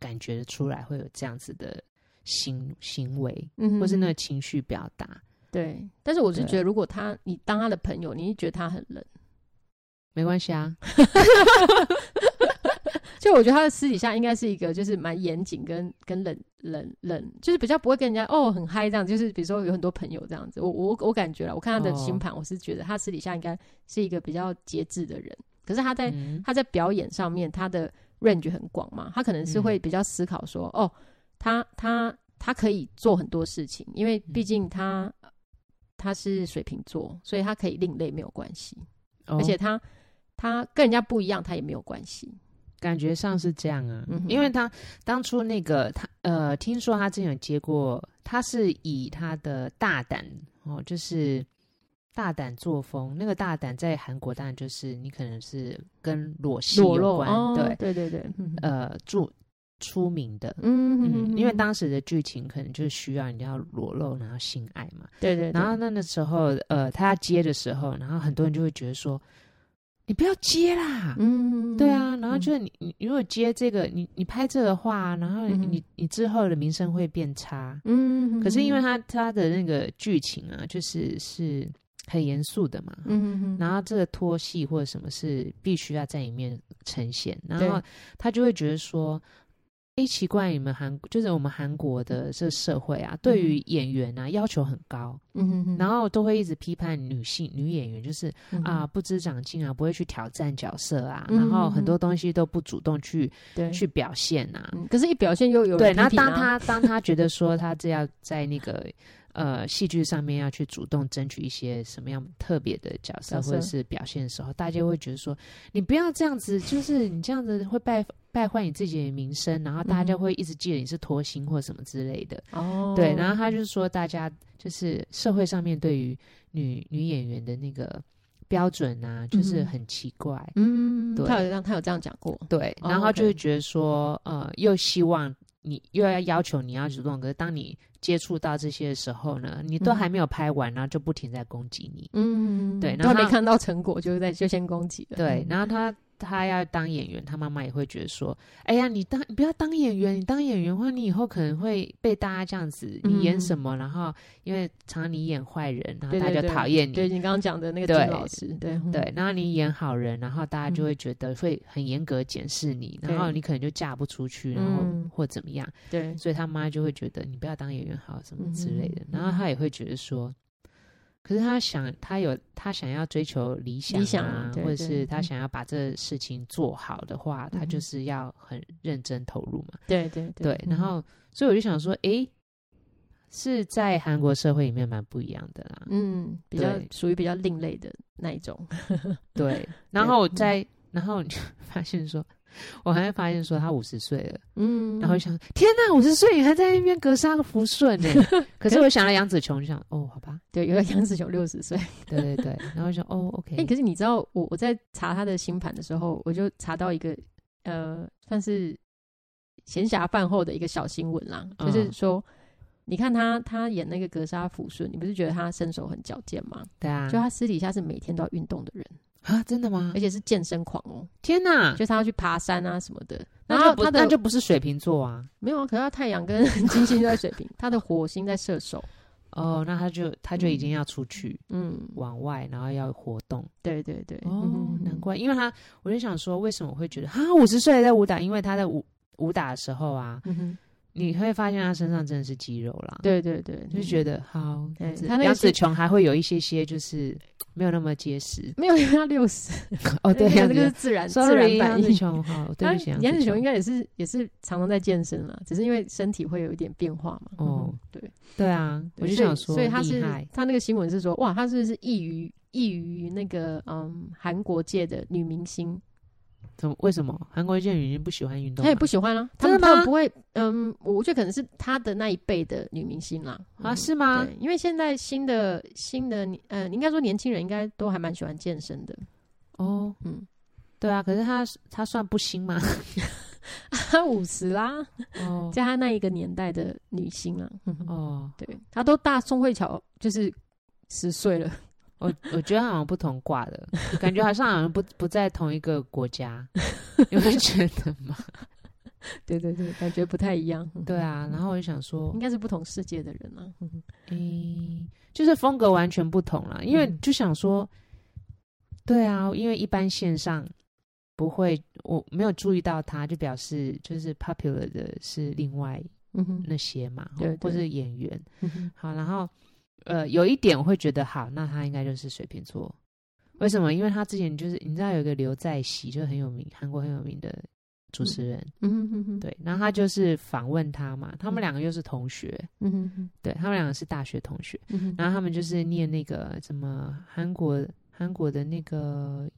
S2: 感觉得出来会有这样子的行行为，
S1: 嗯
S2: 或是
S1: 哼
S2: 那个情绪表达。
S1: 对，但是我是
S2: 对
S1: 觉得，如果他你当他的朋友，你会觉得他很冷。
S2: 没关系啊，
S1: 就我觉得他的私底下应该是一个，就是蛮严谨跟跟冷冷冷，就是比较不会跟人家哦很嗨这样。就是比如说有很多朋友这样子，我我我感觉了，我看他的
S2: 哦
S1: 星盘，我是觉得他私底下应该是一个比较节制的人。可是他在、
S2: 嗯
S1: 他在表演上面，他的 range 很广嘛，他可能是会
S2: 嗯
S1: 比较思考说，哦，他他他可以做很多事情，因为
S2: 嗯
S1: 毕竟他、他是水瓶座，所以他可以另类没有关系。
S2: 哦
S1: 而且他他跟人家不一样，他也没有关系。
S2: 感觉上是这样啊，
S1: 嗯哼
S2: 因为他当初那个他呃，听说他之前有接过，他是以他的大胆哦，就是大胆作风，那个大胆在韩国当然就是你可能是跟裸戏有关，
S1: 哦，
S2: 对，
S1: 对对对，嗯
S2: 呃，著出名的。
S1: 嗯
S2: 嗯，因为当时的剧情可能就是需要人家裸露，然后性爱嘛。
S1: 对对，对
S2: 然后那那时候，呃，他要接的时候，然后很多人就会觉得说，你不要接啦，
S1: 嗯，
S2: 对啊，然后
S1: 嗯
S2: 就是你你你如果接这个，你你拍这个话，然后你、
S1: 嗯
S2: 你你之后的名声会变差。
S1: 嗯，
S2: 可是因为他他的那个剧情啊，就是是很严肃的嘛，
S1: 嗯嗯嗯
S2: 然后这个脱戏或者什么是必须要在里面呈现，然后
S1: 对
S2: 他就会觉得说。哎，奇怪，你们韩就是我们韩国的这社会啊，对于演员啊要求很高，
S1: 嗯嗯，
S2: 然后都会一直批判女性女演员，就是
S1: 嗯
S2: 啊，，不知长进啊，不会去挑战角色啊，
S1: 嗯
S2: 然后很多东西都不主动去、
S1: 对，
S2: 去表现啊。
S1: 嗯可是，一表现又有
S2: 对，
S1: 人
S2: 然后
S1: 批评
S2: 当
S1: 啊
S2: 他当他觉得说他这要在那个呃戏剧上面要去主动争取一些什么样特别的角色
S1: 角色
S2: 或者是表现的时候，大家会觉得说，你不要这样子，就是你这样子会败败坏你自己的名声，然后大家
S1: 嗯
S2: 会一直记得你是拖星或什么之类的。
S1: 哦
S2: 对，然后他就说，大家就是社会上面对于女女演员的那个标准啊，就是
S1: 嗯哼
S2: 很奇怪。
S1: 嗯，
S2: 对
S1: 他有让他有这样讲过，
S2: 对，
S1: 哦
S2: 然后就会
S1: OK
S2: 觉得说，呃，又希望你又要要求你要主动，可是当你接触到这些的时候呢，你都
S1: 嗯
S2: 还没有拍完，然后就不停在攻击你。
S1: 嗯，
S2: 对然
S1: 都
S2: 后
S1: 还没看到成果就在就先攻击了，
S2: 对，然后他他要当演员，他妈妈也会觉得说，哎呀，你当你不要当演员，你当演员的话，你以后可能会被大家这样子，你演
S1: 嗯
S2: 什么，然后因为常常你演坏人，然后
S1: 对
S2: 大
S1: 对
S2: 家就
S1: 对
S2: 讨厌你。
S1: 对你刚刚讲的那个
S2: 对
S1: 金老师，对嗯
S2: 对，然后你演好人，然后大家
S1: 嗯
S2: 就会觉得会很严格检视你，然后
S1: 对
S2: 你可能就嫁不出去，然后
S1: 嗯
S2: 或怎么样，
S1: 对，
S2: 所以他妈就会觉得你不要当演员好什么之类的
S1: 嗯，哼
S2: 然后他也会觉得说，可是他想他有他想要追求理想
S1: 理想
S2: 啊
S1: 啊，对
S2: 或者
S1: 对
S2: 是他想要把这事情做好的话，他就
S1: 嗯哼
S2: 是要很认真投入嘛，
S1: 对对
S2: 对，然
S1: 嗯
S2: 后所以我就想说，诶，是在韩国社会里面蛮不一样的啦，
S1: 嗯，比较
S2: 对
S1: 属于比较另类的那一种，
S2: 对，然后
S1: 嗯
S2: 再然后你就 发现说，我还发现说他五十岁了。
S1: 嗯，
S2: 然后想，天哪，五十岁你还在那边格杀福顺 呢、可是我想到杨紫琼，就想哦，好吧，
S1: 对，有个杨紫琼六十岁，
S2: 对对对，然后就想哦，OK，、
S1: 哎、可是你知道，我我在查他的星盘的时候，我就查到一个呃，算是闲暇饭后的一个小新闻啦，就是
S2: 嗯
S1: 说，你看他他演那个格杀抚顺，你不是觉得他身手很矫健吗？
S2: 对啊，
S1: 就他私底下是每天都要运动的人，
S2: 啊，真的吗
S1: 而？且是健身狂哦、
S2: 天哪，
S1: 就他要去爬山啊什么的。然
S2: 那
S1: 后
S2: 就嗯不
S1: 他
S2: 那
S1: 的
S2: 就不是水瓶座啊，
S1: 没有啊，可是他太阳跟 金星都在水瓶，他的火星在射手。
S2: 哦，那他就他就已经要出去、
S1: 嗯，
S2: 往外，然后要活动，
S1: 对对对，
S2: 哦
S1: 嗯，
S2: 难怪，因为他我就想说，为什么我会觉得啊，五十岁还在武打，因为他在武武打的时候啊，
S1: 嗯哼，
S2: 你会发现他身上真的是肌肉啦，
S1: 对对对，
S2: 就
S1: 得。
S2: 觉得好，
S1: 对
S2: 杨紫
S1: 他那个
S2: 杨
S1: 是
S2: 紫琼还会有一些些就是没有那么结实
S1: 没有，因为他六十，
S2: 哦，对，
S1: 这
S2: 杨
S1: 个
S2: 紫
S1: 是
S2: 琼
S1: 自然自然
S2: sorry
S1: 反
S2: 杨紫
S1: 应。
S2: 琼，好，对
S1: 他
S2: 不起，
S1: 杨
S2: 紫
S1: 紫琼应该也是也是常常在健身啦，只是因为身体会有一点变化嘛。
S2: 哦
S1: 嗯，对，
S2: 对啊，我
S1: 对所
S2: 就
S1: 以
S2: 想说，
S1: 所以他
S2: 厉
S1: 是
S2: 害
S1: 他那个新闻是说，哇，他是不是异于异于那个嗯韩国界的女明星，
S2: 怎么为什么韩国人已经不喜欢运动
S1: 她
S2: 吗？
S1: 也不喜欢啦，啊他
S2: 真的
S1: 们他们
S2: 吗
S1: 不会，嗯，我觉得可能是她的那一辈的女明星啦。
S2: 啊？
S1: 嗯
S2: 是吗？
S1: 对，因为现在新的新的呃，应该说年轻人应该都还蛮喜欢健身 的。
S2: 哦，
S1: 嗯，
S2: 对啊，可是他他算不新吗？
S1: 她五十 啦，
S2: 哦
S1: 在她那一个年代的女星啦。嗯哼
S2: 哦，
S1: 对，他都大宋慧乔就是十岁了，
S2: 我我觉得他好像不同挂的，感觉好像好像不不在同一个国 家，你会觉得吗？
S1: 对对对，感觉不太一样，
S2: 对啊，然后我就想说
S1: 应，该是不同世界的人啊。
S2: 诶，就是风格完全不同啦，因为
S1: 嗯
S2: 就想说，对啊，因为一般线上不会，我没有注意到他，就表示就是 popular 的是另外
S1: 嗯哼，
S2: 那些嘛，
S1: 对
S2: 或
S1: 对
S2: 是演员。
S1: 嗯哼
S2: 好，然后呃，有一点我会觉得好，那他应该就是水瓶座。为什么？因为他之前就是你知道有一个刘在熙，就很有名，韩国很有名的主持人，
S1: 嗯哼哼哼，
S2: 对，然后他就是访问他嘛，他们
S1: 嗯
S2: 两个又是同学，
S1: 嗯哼哼，
S2: 对他们两个是大学同学，
S1: 嗯哼
S2: 然后他们就是念那个什么韩国韩国的那个。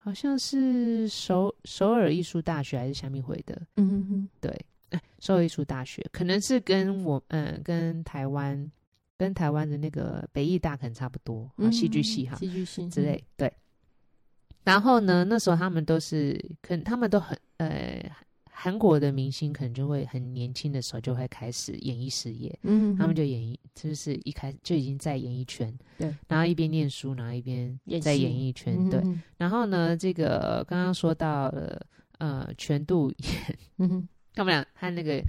S2: 好像是首首尔艺术大学还是夏明回的，
S1: 嗯哼哼，
S2: 对，哎，首尔艺术大学可能是跟我嗯跟台湾跟台湾的那个北艺大可能差不多，啊，戏剧系
S1: 嗯
S2: 哈
S1: 戏剧系
S2: 之，类，对。然后呢，那时候他们都是，可能他们都很呃，韩国的明星可能就会很年轻的时候就会开始演艺事业，
S1: 嗯哼哼，
S2: 他们就演艺就是一开就已经在演艺圈，
S1: 对，
S2: 然后一边念书，然后一边
S1: 演
S2: 在
S1: 戏
S2: 演艺圈，
S1: 嗯
S2: 对
S1: 哼。哼，
S2: 然后呢，这个刚刚说到了呃，全度
S1: 嗯哼
S2: 他们俩和那个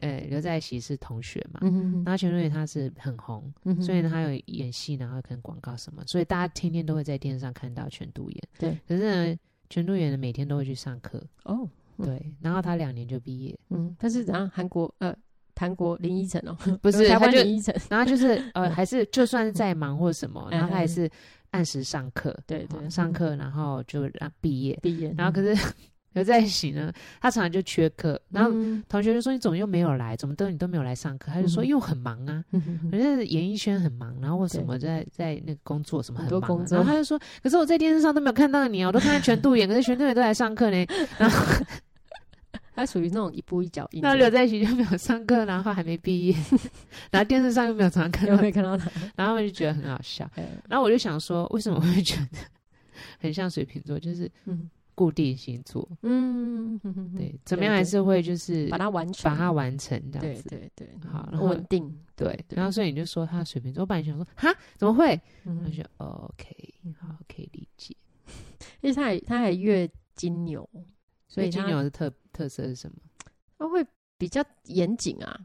S2: 呃刘在熙是同学嘛，
S1: 嗯哼
S2: 然后全瑞他是很红，
S1: 嗯哼，
S2: 所以呢他有演戏，然后可能广告什么，所以大家天天都会在电视上看到全度妍。
S1: 对，
S2: 可是呢，全度妍呢每天都会去上课，
S1: 哦，嗯
S2: 对，然后他两年就毕业，
S1: 嗯，但是然后韩国呃。韩国林依晨哦，
S2: 不是
S1: 台
S2: 他
S1: 湾
S2: 就
S1: 林依晨，
S2: 然后就是 呃还是就算是在忙或什么，
S1: 嗯
S2: 然后他还是按时上课，
S1: 对对嗯
S2: 上课然后就让毕业，
S1: 毕业，
S2: 然后可是有在醒呢，他常常就缺课，然后
S1: 嗯
S2: 同学就说你怎么又没有来，怎么都你都没有来上课，他就说
S1: 嗯
S2: 因为我很忙啊，
S1: 嗯哼
S2: 可
S1: 哼
S2: 是演艺圈很忙，然后我什么在在那个工作什么
S1: 很
S2: 很
S1: 多
S2: 忙、啊
S1: 工作
S2: 然后他就说，可是我在电视上都没有看到你啊，我都看到全度妍，可是全度妍都来上课 呢，
S1: 他属于那种一步一脚印的，
S2: 那刘在熙就没有上课，然后还没 毕业，然后电视上又没有常常看
S1: 有
S2: 到
S1: 没，有看到他？
S2: 然后我就觉得很好笑，
S1: 哎
S2: 然后我就想说，为什么我会觉得很像水瓶座，就是
S1: 嗯
S2: 固定星座，
S1: 嗯，哼哼哼
S2: 对，怎么样
S1: 对
S2: 还是会就是
S1: 把它完成，
S2: 把它完成这样
S1: 对
S2: 子，
S1: 对对，
S2: 好，然后
S1: 稳定，
S2: 对，
S1: 对
S2: 然后所以你就说他水瓶座，我本来想说哈怎么会，
S1: 嗯
S2: 他就哦 OK，好可以理解。
S1: 因为他还他还月金牛，所以
S2: 金
S1: 他
S2: 牛的特特色是什么？
S1: 他会比较严谨啊，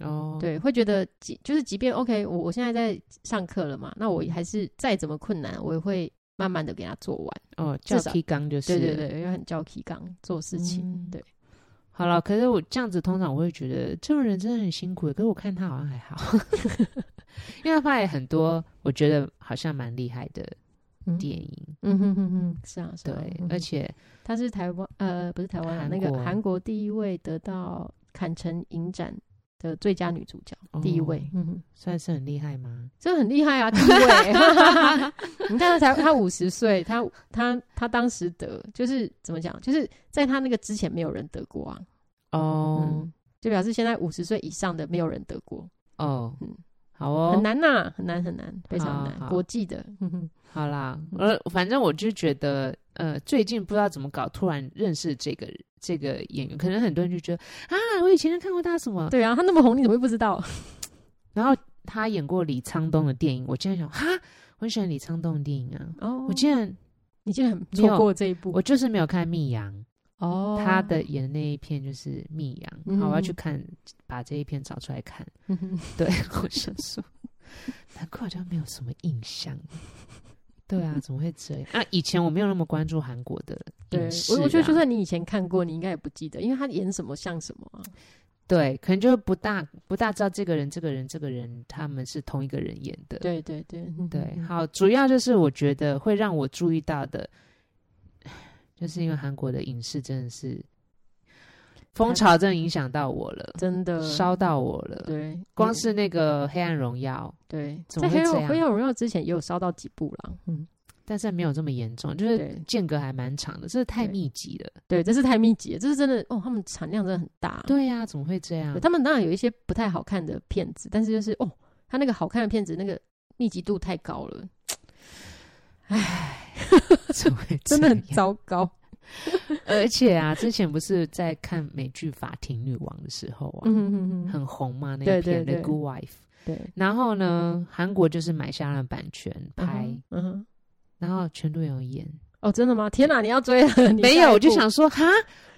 S2: 哦，，
S1: 对，会觉得即就是即便 OK，我我现在在上课了嘛，那我还是再怎么困难，我也会慢慢的给他做完。
S2: 哦，
S1: 至
S2: 叫
S1: 少
S2: K 刚就是
S1: 对对对，因为很叫 K 刚做事情，
S2: 嗯
S1: 对。
S2: 好了，可是我这样子通常我会觉得这种人真的很辛苦耶，欸可是我看他好像还好， 因为他拍了很多我觉得好像蛮厉害的
S1: 嗯
S2: 电影，
S1: 嗯哼哼哼，是啊，是
S2: 对
S1: 啊，嗯，
S2: 而且
S1: 他是台湾呃不是台湾啊，
S2: 韩
S1: 那个
S2: 国
S1: 韩国第一位得到坎城影展的最佳女主角，第一
S2: 哦
S1: 位，嗯哼。
S2: 算是很厉害吗？
S1: 真的很厉害啊，地位。 你看他才他五十岁，他他他当时得就是怎么讲，就是在他那个之前没有人得过啊，
S2: 哦、
S1: 嗯，就表示现在五十岁以上的没有人得过，
S2: 哦，
S1: 嗯
S2: 好哦，
S1: 很难呐、很难很难，非常难，
S2: 好好
S1: 国际的，嗯哼
S2: 好啦，
S1: 嗯
S2: 呃，反正我就觉得，呃，最近不知道怎么搞，突然认识这个这个演员，可能很多人就觉得啊，我以前就看过他什么，
S1: 对啊，他那么红，你怎么会不知道？
S2: 然后他演过李沧东的电影，我竟然想哈，我很喜欢李沧东的电影啊，
S1: 哦
S2: 我竟然
S1: 你竟然很
S2: 没有
S1: 错过这一部
S2: 我就是没有看《密阳》
S1: 哦
S2: 他的演的那一片就是《密阳》
S1: 嗯
S2: 好，我要去看，把这一片找出来看。
S1: 嗯哼
S2: 对，我想说，难怪好像没有什么印 象。对啊，怎么会这样？啊，以前我没有那么关注韩国的
S1: 对
S2: 影视、啊，
S1: 我我觉得就算你以前看过，你应该也不记得，因为他演什么像什么啊，
S2: 对，可能就不大不大知道这个人、这个人、这个人他们是同一个人演的。
S1: 对对对
S2: 对，，
S1: 嗯
S2: 好，主要就是我觉得会让我注意到的，就是因为韩国的影视真的是风潮，真的影响到我了，
S1: 真的
S2: 烧到我了。
S1: 呃对，
S2: 光是那个《黑暗荣耀
S1: 对，
S2: 怎
S1: 在
S2: 么会
S1: 黑
S2: 这
S1: 暗
S2: 样
S1: 黑暗荣耀之前也有烧到几部啦。嗯，》，
S2: 但是没有这么严重，就是
S1: 对
S2: 间隔还蛮长的，这太
S1: 对嗯
S2: 密集了。
S1: 对，这是太密集了，这是真的哦，他们产量真的很大。
S2: 嗯
S1: 啊
S2: 对啊呀、怎么会这样
S1: 对，？他们当然有一些不太好看的片子，但是就是哦，他那个好看的片子那个密集度太高了，
S2: 怎么会
S1: 真的
S2: 这
S1: 很
S2: 样
S1: 糟糕。
S2: 而且啊，之前不是在看美剧《法庭女王》的时候啊，
S1: 嗯哼哼哼，
S2: 很红嘛，那
S1: 对
S2: 一片
S1: 对
S2: 《
S1: 对
S2: The Good Wife》。
S1: 对，
S2: 然后呢，韩国就是买下了版权拍，
S1: 嗯哼，嗯哼
S2: 然后全都有演。
S1: 哦，真的吗？天哪，你要追了？你
S2: 没
S1: 下一
S2: 有，
S1: 部
S2: 我就，想说哈，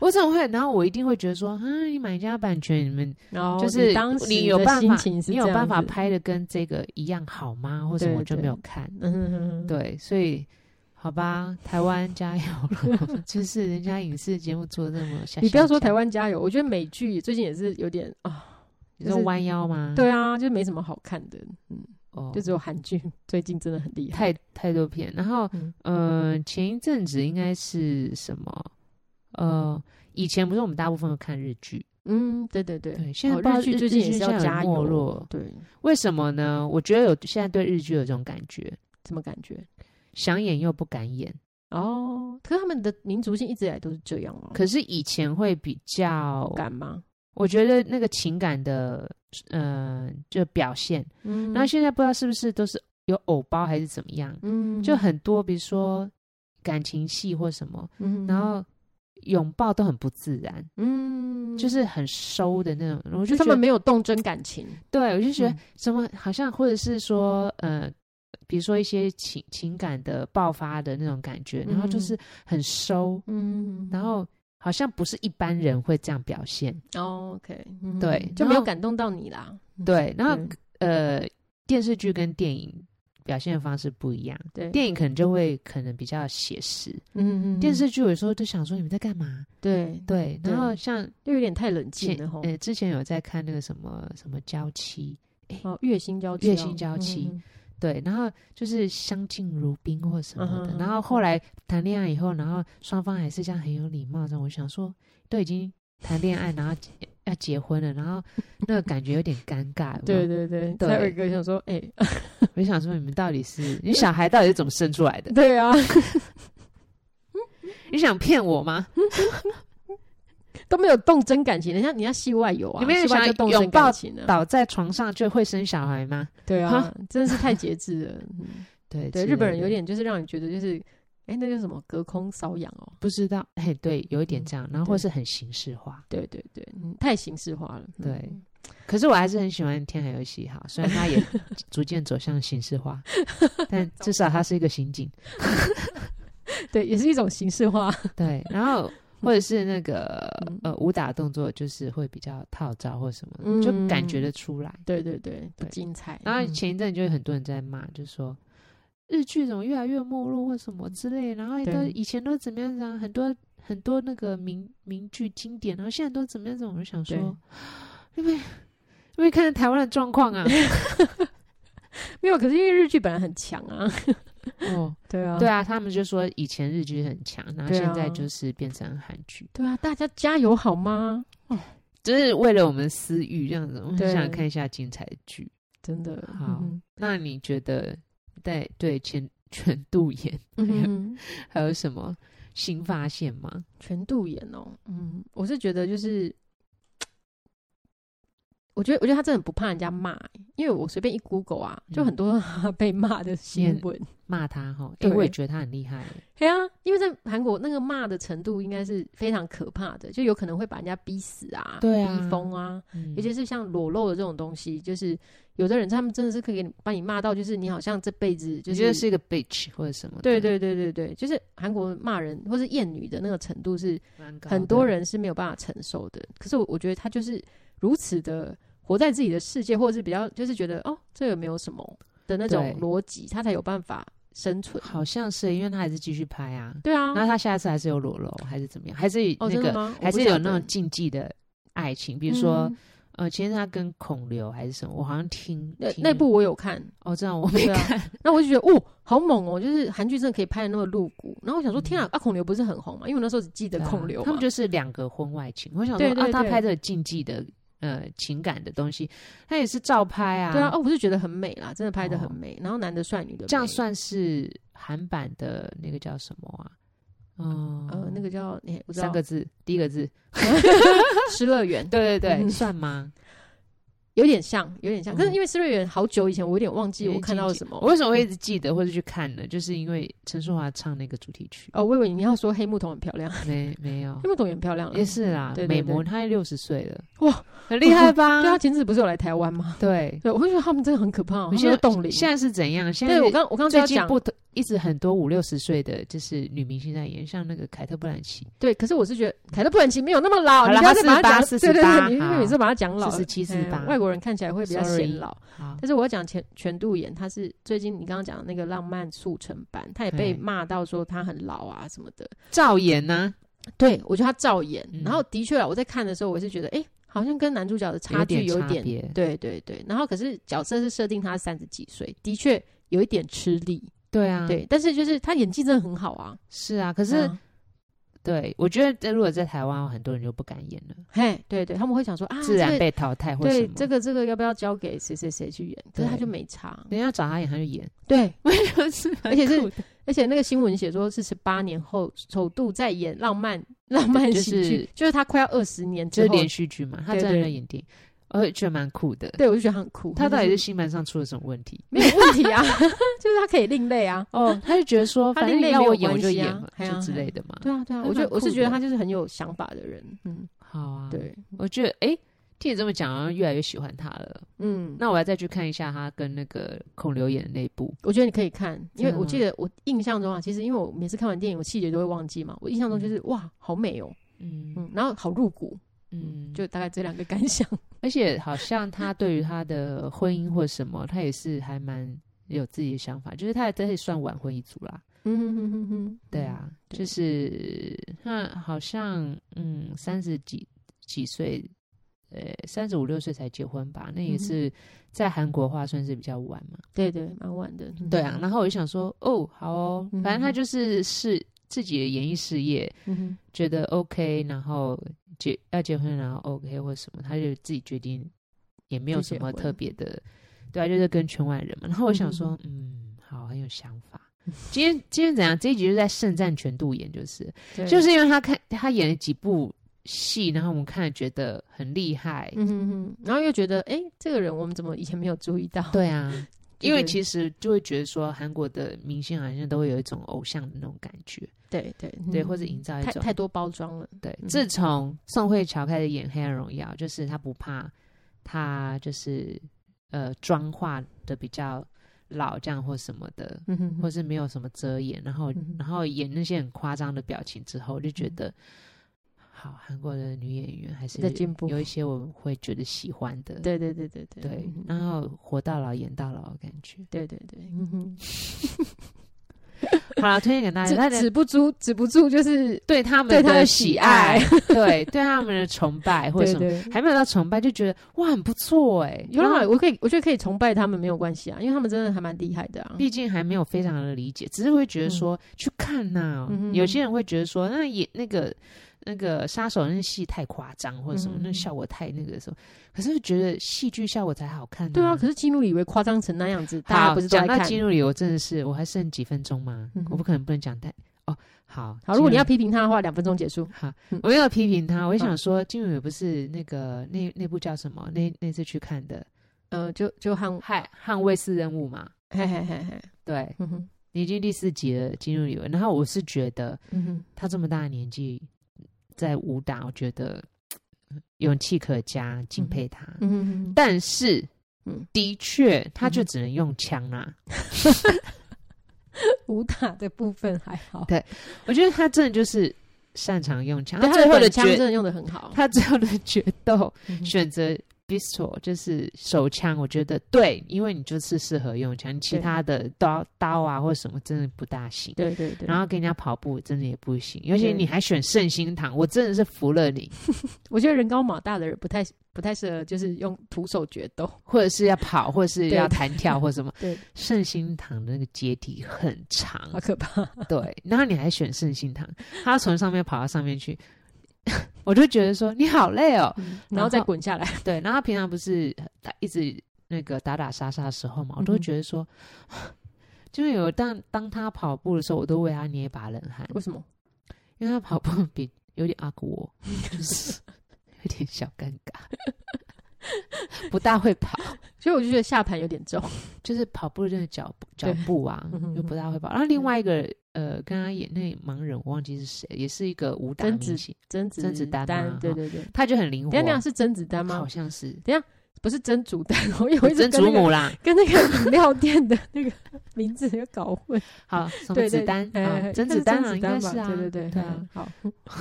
S2: 我怎么会？然后我一定会觉得说，啊，你买家版权，你们
S1: 然后
S2: 就是
S1: 哦你当时
S2: 你有
S1: 的
S2: 办
S1: 心
S2: 法，
S1: 情是
S2: 你有
S1: 这样
S2: 办法
S1: 子，
S2: 拍的跟这个一样好吗？或者
S1: 对
S2: 我就
S1: 对
S2: 没有看。
S1: 嗯哼哼哼，
S2: 对，所以好吧，台湾加油了， 就是人家影视节目做得那么下，
S1: 你不要说台，湾加油，我觉得美剧最近也是有点啊，
S2: 你说
S1: 就是
S2: 弯腰吗？
S1: 对啊，就没什么好看的，嗯。
S2: 哦，
S1: 就只有韩剧最近真的很厉害。
S2: 太太多片。然后，
S1: 嗯
S2: 呃，前一阵子应该是什么？呃，以前不是我们大部分都看日剧，
S1: 嗯，对对对，
S2: 对，现在
S1: 哦
S2: 不知道
S1: 日剧
S2: 日
S1: 最近也
S2: 日
S1: 是
S2: 剧
S1: 要
S2: 现在有
S1: 加
S2: 没
S1: 油
S2: 落，
S1: 对，
S2: 为什么呢？我觉得有现在对日剧有这种感觉，
S1: 什么感觉？
S2: 想演又不敢演。
S1: 哦，可是他们的民族性一直以来都是这样哦，
S2: 可是以前会比较，
S1: 敢吗？
S2: 我觉得那个情感的，呃，就表现。
S1: 嗯
S2: 然后现在不知道是不是都是有偶包还是怎么样，
S1: 嗯
S2: 就很多，比如说感情戏或什么，
S1: 嗯
S2: 然后拥抱都很不自然。
S1: 嗯，
S2: 就是很收的那种，我
S1: 就
S2: 就
S1: 他
S2: 觉得
S1: 们没有动真感情，
S2: 对，我就觉得
S1: 嗯
S2: 什么好像或者是说呃，比如说一些情情感的爆发的那种感觉，然后就是很收，
S1: 嗯
S2: 然后好像不是一般人会这样表现，
S1: 哦 OK，嗯
S2: 对
S1: 就没有
S2: 然后
S1: 感动到你啦。
S2: 对，然后
S1: 嗯对
S2: 呃，电视剧跟电影表现方式不一样，
S1: 对，
S2: 电影可能就会可能比较写实，
S1: 嗯嗯嗯
S2: 电视剧有时候就想说你们在干嘛？
S1: 对，
S2: 对，
S1: 对
S2: 然后像
S1: 就有点太冷
S2: 前
S1: 静了吼。
S2: 呃之前有在看那个什么什么娇妻，
S1: 哦，月薪娇妻哦，
S2: 月薪娇妻
S1: 嗯，嗯嗯
S2: 对，然后就是相敬如宾或什么的。
S1: 嗯哼
S2: 然后后来谈恋爱以后，然后双方还是这样很有礼貌这样。我想说，都已经谈恋爱，然后结要结婚了，然后那个感觉有点尴尬。
S1: 对，对对，
S2: 嗯对
S1: 还有一个想说，哎、
S2: 我就想说，你们到底是你小孩到底是怎么生出来的？
S1: 对啊，
S2: 你想骗我吗？
S1: 都没有动真感情，人家人家戏外有啊，
S2: 你没有
S1: 戏外
S2: 想
S1: 就动
S2: 拥
S1: 真
S2: 抱
S1: 感情了，
S2: 倒在床上就会生小孩吗？
S1: 对啊
S2: 哈，
S1: 真是太节制了。嗯
S2: 对
S1: 对，
S2: 之
S1: 日本
S2: 类
S1: 人有
S2: 的
S1: 点就是让你觉得就是，哎、那叫什么隔空瘙痒哦。
S2: 不知道，哎，对，有一点这样，然后
S1: 对
S2: 或是很形式化。
S1: 对对对，嗯太形式化了。嗯
S2: 对，可是我还是很喜欢天海游戏哈，虽然它也逐渐走向形 式化，但至少它是一个刑警。
S1: 对，也是一种形式化。
S2: 对，然后或者是那个
S1: 嗯
S2: 呃武打动作，就是会比较套招或什么，
S1: 嗯
S2: 就感觉得出来。
S1: 对对对，不
S2: 对
S1: 精彩。
S2: 然后
S1: 嗯
S2: 前一阵就有很多人在骂，就说。日剧怎么越来越没落或什么之类，然后
S1: 对
S2: 都以前都怎么样怎么样，很多很多那个名名剧经典，然后现在都怎么样怎么样，我就想说，
S1: 对
S2: 因为因为看台湾的状 况啊，
S1: 没有，可是因为日剧本来很强啊。
S2: 哦，
S1: 对啊
S2: 对啊，他们就说以前日剧很强，然后
S1: 对啊
S2: 现在就是变成韩剧，
S1: 对啊，大家加油好吗？
S2: 就是为了我们私欲这样子。我很
S1: 对
S2: 想看一下精彩的剧。
S1: 真的
S2: 好
S1: 嗯
S2: 那你觉得在对前全度妍
S1: 哼嗯哼
S2: 还有什么新发现吗？
S1: 全度妍哦，嗯，我是觉得就是，我觉得我觉得他真的很不怕人家骂、欸因为我随便一 Google 啊，就
S2: 嗯
S1: 很多 被骂的新闻。
S2: 骂他哈，
S1: 对
S2: 因为我也觉得他很厉害耶。
S1: 对啊，因为在韩国那个骂的程度应该是非常可怕的，就有可能会把人家逼死啊，
S2: 对啊
S1: 逼疯啊，
S2: 嗯
S1: 尤其是像裸露的这种东西，就是有的人他们真的是可以给你把你骂到，就是你好像这辈子就
S2: 你
S1: 是
S2: 觉得是一个 bitch 或者什么的？
S1: 对对对对对，就是韩国骂人或是厌女的那个程度是
S2: 蛮高的，
S1: 很多人是没有办法承受的。可是我我觉得他就是如此的活在自己的世界，或者是比较就是觉得哦，这个没有什么的那种
S2: 对
S1: 逻辑，他才有办法生存。
S2: 好像是，因为他还是继续拍啊。
S1: 对啊，
S2: 那他下次还是有裸露，还是怎么样？还是
S1: 哦，
S2: 那
S1: 真
S2: 个
S1: 的吗？
S2: 还
S1: 我不
S2: 是有
S1: 晓
S2: 那
S1: 得
S2: 种，禁忌的爱情，比如说，
S1: 嗯
S2: 呃，其实他跟孔刘还是什么，我好像听
S1: 那
S2: 听
S1: 那部我有看，
S2: 哦，这样我没
S1: 对啊
S2: 看，
S1: 那我就觉得哦，好猛哦！就是韩剧真的可以拍的那么露骨。然后我想说，天啊，啊孔刘不是很红嘛？因为我那时候只记得
S2: 嗯对啊
S1: 孔刘嘛，
S2: 他们就是两个婚外情。我想说
S1: 对对
S2: 啊，他
S1: 对
S2: 拍这个禁忌的呃情感的东西，他也是照拍啊，
S1: 对啊，哦，我是觉得很美啦，真的拍的很
S2: 哦
S1: 美。然后男的帅，女的
S2: 这样
S1: 美
S2: 算是韩版的那个叫什么啊？嗯，
S1: 呃，那个叫你我知道
S2: 三个字，第一个字，
S1: 失乐园，
S2: 对对对，
S1: 嗯
S2: 算吗？
S1: 有点像，有点像。可是
S2: 嗯
S1: 因为失乐园好久以前，我有点忘记
S2: 有
S1: 我
S2: 点
S1: 看
S2: 禁
S1: 到了
S2: 忌
S1: 什么。
S2: 我为什么会一直记得或者去看呢？就是因为陈淑桦唱那个主题曲，
S1: 哦，我以为你要说黑木瞳很漂亮，
S2: 没没有
S1: 黑，木瞳也很漂亮啊，
S2: 也是啦，
S1: 对对
S2: 美
S1: 对
S2: 魔她六十岁了，
S1: 哇，
S2: 很厉害吧？
S1: 对啊，前阵子不是有来台湾吗？
S2: 对
S1: 对，我会觉得他们真的很可怕哦，
S2: 你
S1: 他
S2: 现
S1: 们
S2: 在
S1: 都冻龄。
S2: 现在是怎样？现在
S1: 对我
S2: 是
S1: 刚我刚刚就
S2: 最
S1: 要
S2: 近
S1: 讲，
S2: 不得一直很多五六十岁的就是女明星在演，像那个凯特·布兰奇，
S1: 对，可是我是觉得凯特·布兰奇没有那么老，
S2: 好
S1: 你
S2: 啦
S1: 不要再把
S2: 她
S1: 她
S2: 48
S1: 讲，对对
S2: 48
S1: 对，你因为每次把她讲老，
S2: 四十七、四十八
S1: 嗯。外国人看起来会比较
S2: Sorry
S1: 显老。
S2: 好，
S1: 但是我要讲全全度妍，她是最近你刚刚讲的那个浪漫速成班，她也被
S2: 对
S1: 骂到说她很老啊什么的。
S2: 赵啊岩呢
S1: 对，我觉得她照演，
S2: 嗯
S1: 然后的确啊，我在看的时候，我是觉得，哎、好像跟男主角的差距有
S2: 有
S1: 一点，
S2: 别，
S1: 对对对。然后可是角色是设定他三十几岁，的确有一点吃力，
S2: 对啊，
S1: 对。但是就是他演技真的很好啊，
S2: 是啊。可
S1: 可
S2: 是对我觉得在，如果在台湾，很多人就不敢演了，
S1: 嘿，对对，他们会想说啊，
S2: 自然
S1: 这个
S2: 被淘汰或什
S1: 对
S2: 么。
S1: 这个这个要不要交给谁谁谁去演？可是他
S2: 对
S1: 就没差，
S2: 人家找他演，他 就演，
S1: 对，
S2: 是
S1: 而且是而且那个新闻写说是十八年后首度在演浪漫浪漫
S2: 就
S1: 喜剧，就是他快要二十年
S2: 就
S1: 之
S2: 是
S1: 后，
S2: 连续剧嘛，他
S1: 哦对
S2: 真的
S1: 对
S2: 在演电影，而且觉得蛮酷的。
S1: 对我就觉得他很酷，
S2: 他到底
S1: 就是
S2: 星盘上出了什么问题？
S1: 没有问题啊， 就是他可以另类啊。
S2: 哦，他就觉得 说，
S1: 他
S2: 反
S1: 另
S2: 正
S1: 类
S2: 要
S1: 没有
S2: 我演我
S1: 关
S2: 就
S1: 系
S2: 演
S1: 啊
S2: 嘛，
S1: 哎
S2: 就
S1: 呀
S2: 之
S1: 哎
S2: 类的嘛。
S1: 对啊，对啊，
S2: 还
S1: 我觉得
S2: 蛮
S1: 我是
S2: 酷
S1: 觉得
S2: 的
S1: 他就是很有想法的人，嗯，
S2: 好啊，
S1: 对，
S2: 我觉得哎、诶听你这么讲，好像越来越喜欢他了。
S1: 嗯，
S2: 那我要再去看一下他跟那个孔刘演的那一部。
S1: 我觉得你可以看，因为
S2: 真的
S1: 我记得我印象中啊，其实因为我每次看完电影，我细节都会忘记嘛，我印象中就是哇，好美哦，
S2: 嗯
S1: 嗯，然后好入骨，
S2: 嗯，就
S1: 就大概这两个感想，
S2: 而且好像他对于他的婚姻或什么，他也是还蛮有自己的想法，就是他真的算晚婚一族啦。
S1: 嗯哼哼哼哼，
S2: 对，啊，
S1: 对
S2: 嗯就是他好像嗯三十几几岁，呃三十五六岁才结婚吧，那也
S1: 嗯哼嗯
S2: 是在韩国的话算是比较晚嘛。
S1: 对对，蛮晚的。嗯
S2: 对啊，，然后我就想说，哦，好哦，反正他就是是自己的演艺事业，
S1: 嗯哼
S2: 觉得 OK，然后结要结婚，然后 OK 或什么，他就自己决定，也没有
S1: 就
S2: 什
S1: 结
S2: 么
S1: 婚
S2: 特别的，对啊，就是跟圈外人嘛。然后我想说
S1: 嗯，
S2: 嗯，好，很有想 法。今天今天怎样？这一集就在盛赞全度妍，就是
S1: 对
S2: 就是因为他看他演了几部戏，然后我们看了觉得很厉害，
S1: 嗯哼哼，然后又觉得，哎，这个人我们怎么以前没有注意到？
S2: 对 啊。
S1: 就
S2: 因为
S1: 觉得
S2: 其实就会觉得说，韩国的明星好像都会有一种偶像的那种感觉，
S1: 对对
S2: 对，
S1: 嗯
S2: 或者营造一
S1: 太
S2: 种
S1: 太多包装了。
S2: 对，
S1: 嗯
S2: 自从宋慧乔开始演《黑暗荣耀》，就是她不怕，她就是呃妆化的比较老这样或什么的，
S1: 嗯哼
S2: 或是没有什么遮掩，然后、
S1: 嗯哼
S2: 然后演那些很夸张的表情之后，我就觉得。好，韩国的女演员还是
S1: 在进步
S2: 有一些我们会觉得喜欢的，
S1: 对对对对对
S2: 对
S1: 嗯，
S2: 然后活到老演到老的感 觉。
S1: 对对对，嗯哼
S2: 好了，推荐给大家，大
S1: 止
S2: 家
S1: 止不住止不住就是
S2: 对他们
S1: 对他
S2: 的
S1: 的
S2: 喜
S1: 喜
S2: 爱
S1: 爱，
S2: 对对他们的崇 拜或者
S1: 对
S2: 什么，
S1: 对。
S2: 还没有到崇拜，就觉得哇很不错哎、
S1: 有
S2: 然后
S1: 啦，我可以，我觉得可以崇拜他们没有关系啊，因为他们真的还蛮厉害的啊。
S2: 毕竟还没有非常的理解，只是会觉得说、去看呐、
S1: 嗯嗯哼
S2: 有些人会觉得说，那也那个那个杀手那戏太夸张，或者什么，
S1: 嗯哼
S2: 那效果太那个什么。可是觉得戏剧效果才好看、
S1: 对啊，
S2: 啊，
S1: 可
S2: 是
S1: 是基努里维夸张成那样子，大家不是都
S2: 讲
S1: 在
S2: 到
S1: 看？
S2: 基努里，我真的是我还剩几分钟吗？
S1: 嗯哼
S2: 我不可能不能讲太哦。好，
S1: 好，如果你
S2: 基努里
S1: 要批评他的话，两分钟结束。
S2: 好
S1: 嗯，
S2: 我没有批评他，我也想说，基努里不是那个那那部叫什么？那那次去看的
S1: 呃，就就和
S2: 《捍捍卫四任务》嘛，
S1: 嘿嘿嘿嘿，
S2: 对，
S1: 嗯哼
S2: 你已经第四集了，进入里面。然后我是觉得
S1: 嗯哼，
S2: 他这么大的年纪在武打，我觉得嗯勇气可嘉，敬佩他。
S1: 嗯哼嗯哼，
S2: 但是，
S1: 嗯
S2: 的确，他就
S1: 嗯哼
S2: 只能用枪啊啦、
S1: 武打的部分还好，
S2: 我觉得他真的就是擅长用枪。
S1: 对，他
S2: 最后的
S1: 短枪真
S2: 决，
S1: 的用的很好。
S2: 他最后的决斗
S1: 嗯哼
S2: 选择 pistol，就是手枪。我觉得对，因为你就是适合用枪，其
S1: 对
S2: 他的刀刀啊或什么真的不大行。
S1: 对对对，
S2: 然后跟人家跑步真的也不行，尤其
S1: 对
S2: 你还选圣心堂，我真的是服了你，
S1: 我觉得人高马大的人不太不太适合，就是用徒手决斗。
S2: 或者是要跑，或者是
S1: 对
S2: 要弹跳或什么。
S1: 对，
S2: 圣心堂的那个阶梯很长
S1: 好，可怕。
S2: 对，然后你还选圣心堂，他要从上面跑到上面去， 我就觉得说你好累哦。
S1: 然后再滚下来，
S2: 对，然后他平常不是他一直那个打打杀杀的时候嘛，我都
S1: 嗯哼
S2: 觉得说， 就有当当他跑步的时候，我都为他捏一把冷汗。
S1: 为什么？
S2: 因为他跑步比有点阿国，就是有点小尴尬，不大会跑，
S1: 所以我就觉得下盘有点重。
S2: 就是跑步的那个脚步脚步啊
S1: 嗯，哼
S2: 又不大会跑。然后另外一个呃，跟他演那盲人，我忘记是谁，也是一个武打
S1: 甄
S2: 明
S1: 子
S2: 星，
S1: 甄子
S2: 甄子丹吗
S1: 对对对。
S2: 他就很灵活
S1: 等一下，等一下，是甄子丹
S2: 好
S1: 吗？
S2: 像是
S1: 不是甄祖丹， 我有一直跟
S2: 曾祖
S1: 那个
S2: 母啦，
S1: 跟那个饮料店的那个名字又搞混。
S2: 好什么
S1: 对
S2: 子
S1: 对，
S2: 丹
S1: 哎
S2: 啊，
S1: 哎
S2: 甄
S1: 是
S2: 子丹
S1: 甄
S2: 啊，应
S1: 子丹
S2: 该
S1: 吧
S2: 是啊，
S1: 对对对，
S2: 对啊
S1: 嗯，，好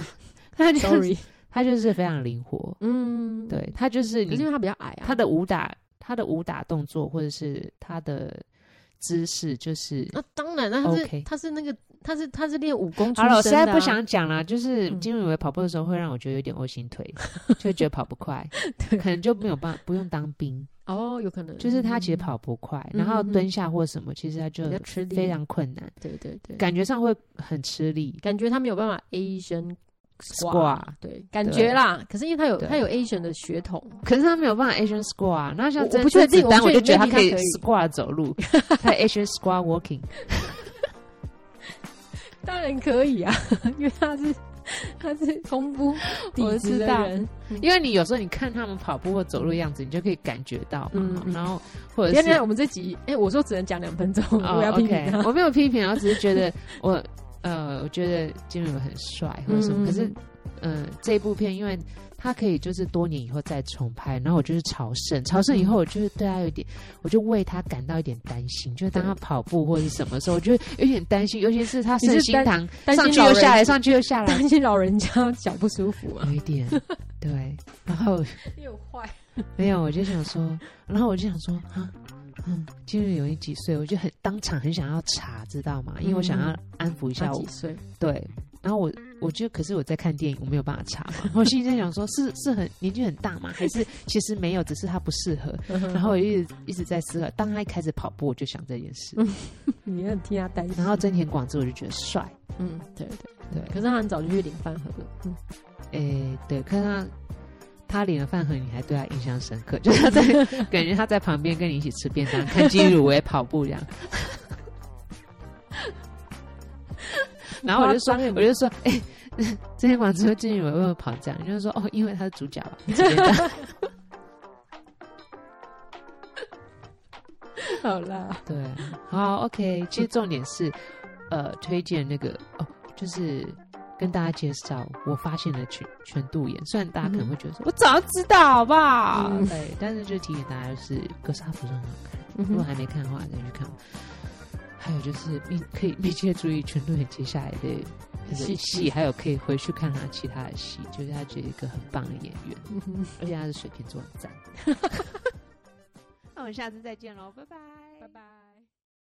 S2: 他就是
S1: ，sorry，
S2: 他就是非常灵活，
S1: 嗯，。
S2: 对他就是
S1: 可是
S2: 你
S1: 因为他比较矮啊，
S2: 他的武打，他的武打动作或者是他的姿势，就是。
S1: 那当然，那他是
S2: OK
S1: 他是那个他是他是练武功出
S2: 好了，我实
S1: 身的啊
S2: 在不想讲了。就是
S1: 嗯
S2: 金伟伟跑步的时候，会让我觉得有点 O 型 腿，就觉得跑不快，
S1: 对
S2: 可能就没有办不用当兵。
S1: 哦，有可能
S2: 就是他其实跑不快，然后
S1: 嗯嗯嗯
S2: 蹲下或什么，其实他就
S1: 比较吃力，
S2: 非常困难，
S1: 对对对，感
S2: 感觉上会很吃力。
S1: 感觉他没有办法 Asian
S2: squat，
S1: 对，感觉啦。可是因为他有
S2: 对
S1: 他有 Asian 的血统，
S2: 可是他没有办法 Asian squat，啊那像
S1: 我
S2: 甄
S1: 我不确定
S2: 甄子丹
S1: 我不
S2: 我就
S1: 确定
S2: 觉得他可
S1: maybe
S2: 以
S1: 他可以
S2: squat 走路， 他 Asian squat walking。
S1: 当然可以啊， 因为他是他是功夫底子的人。
S2: 因为你有时候你看他们跑步或走路的样子，你就可以感觉到嘛。
S1: 嗯嗯
S2: 然后或者
S1: 别
S2: 是
S1: 别，我们这集哎，我说只能讲两分钟，
S2: 哦
S1: 我要批评
S2: OK，
S1: 他。
S2: 我没有批评啊，我只是觉得我呃，我觉得金宇很帅或者什
S1: 嗯
S2: 么。可是嗯、呃，这一部片因为他可以就是多年以后再重拍，然后我就是朝圣，朝圣以后我就是对他有点，我就为他感到有点担心，就是当他跑步或者是什么时候，我就有点担心，尤其是他
S1: 你是
S2: 身心
S1: 担
S2: 堂
S1: 担
S2: 上
S1: 心
S2: 去
S1: 老
S2: 又
S1: 人
S2: 下来，上去又下来，
S1: 担心老人家脚不舒服啊，
S2: 有一点对，然后。
S1: 又坏。
S2: 没有，我就想说，然后我就想说啊，嗯，今日有你几岁？我就很当场很想要查，知道吗？因为我想要安抚一
S1: 他
S2: 下我，
S1: 几岁？
S2: 对然后我我就可是我在看电影，我没有办法查嘛。我心里在想说，是是很年纪很大吗？还是其实没有，只是他不适合。
S1: 嗯
S2: 然后我一直一直在思考，当他一开始跑步，我就想这件事。
S1: 你很替他担心。
S2: 然后真田广之，我就觉得帅。
S1: 嗯，对对。
S2: 对，
S1: 可是他很早就去领饭盒了。嗯，
S2: 诶，对，可是他他领了饭盒，你还对他印象深刻， 就是他在 感觉他在旁边跟你一起吃便当、看金乳为跑步这样。然后我就说
S1: 夸张耶，欸
S2: 我就说， 哎、之前广之和金乳为为什么跑这样？你就说，哦，因为他是主角吧，吃便当
S1: 好啦，
S2: 对，好，OK。其实重点是，呃，推荐那个哦，就是跟大家介绍，我发现了全全度妍。虽然大家可能会觉得说，我早就知道，好不好？
S1: 嗯
S2: 对，但是就提醒大家，就是格杀服装很好看。
S1: 嗯
S2: 如果
S1: 哼，
S2: 还没看的话，再去看。还有就是密可以密切注意全度妍接下来的那个
S1: 戏
S2: 戏，还有可以回去看他其他的戏，就是他这一个很棒的演员，
S1: 嗯哼，
S2: 而且他是水瓶座，很赞。那我们下次再见喽，拜拜，拜拜。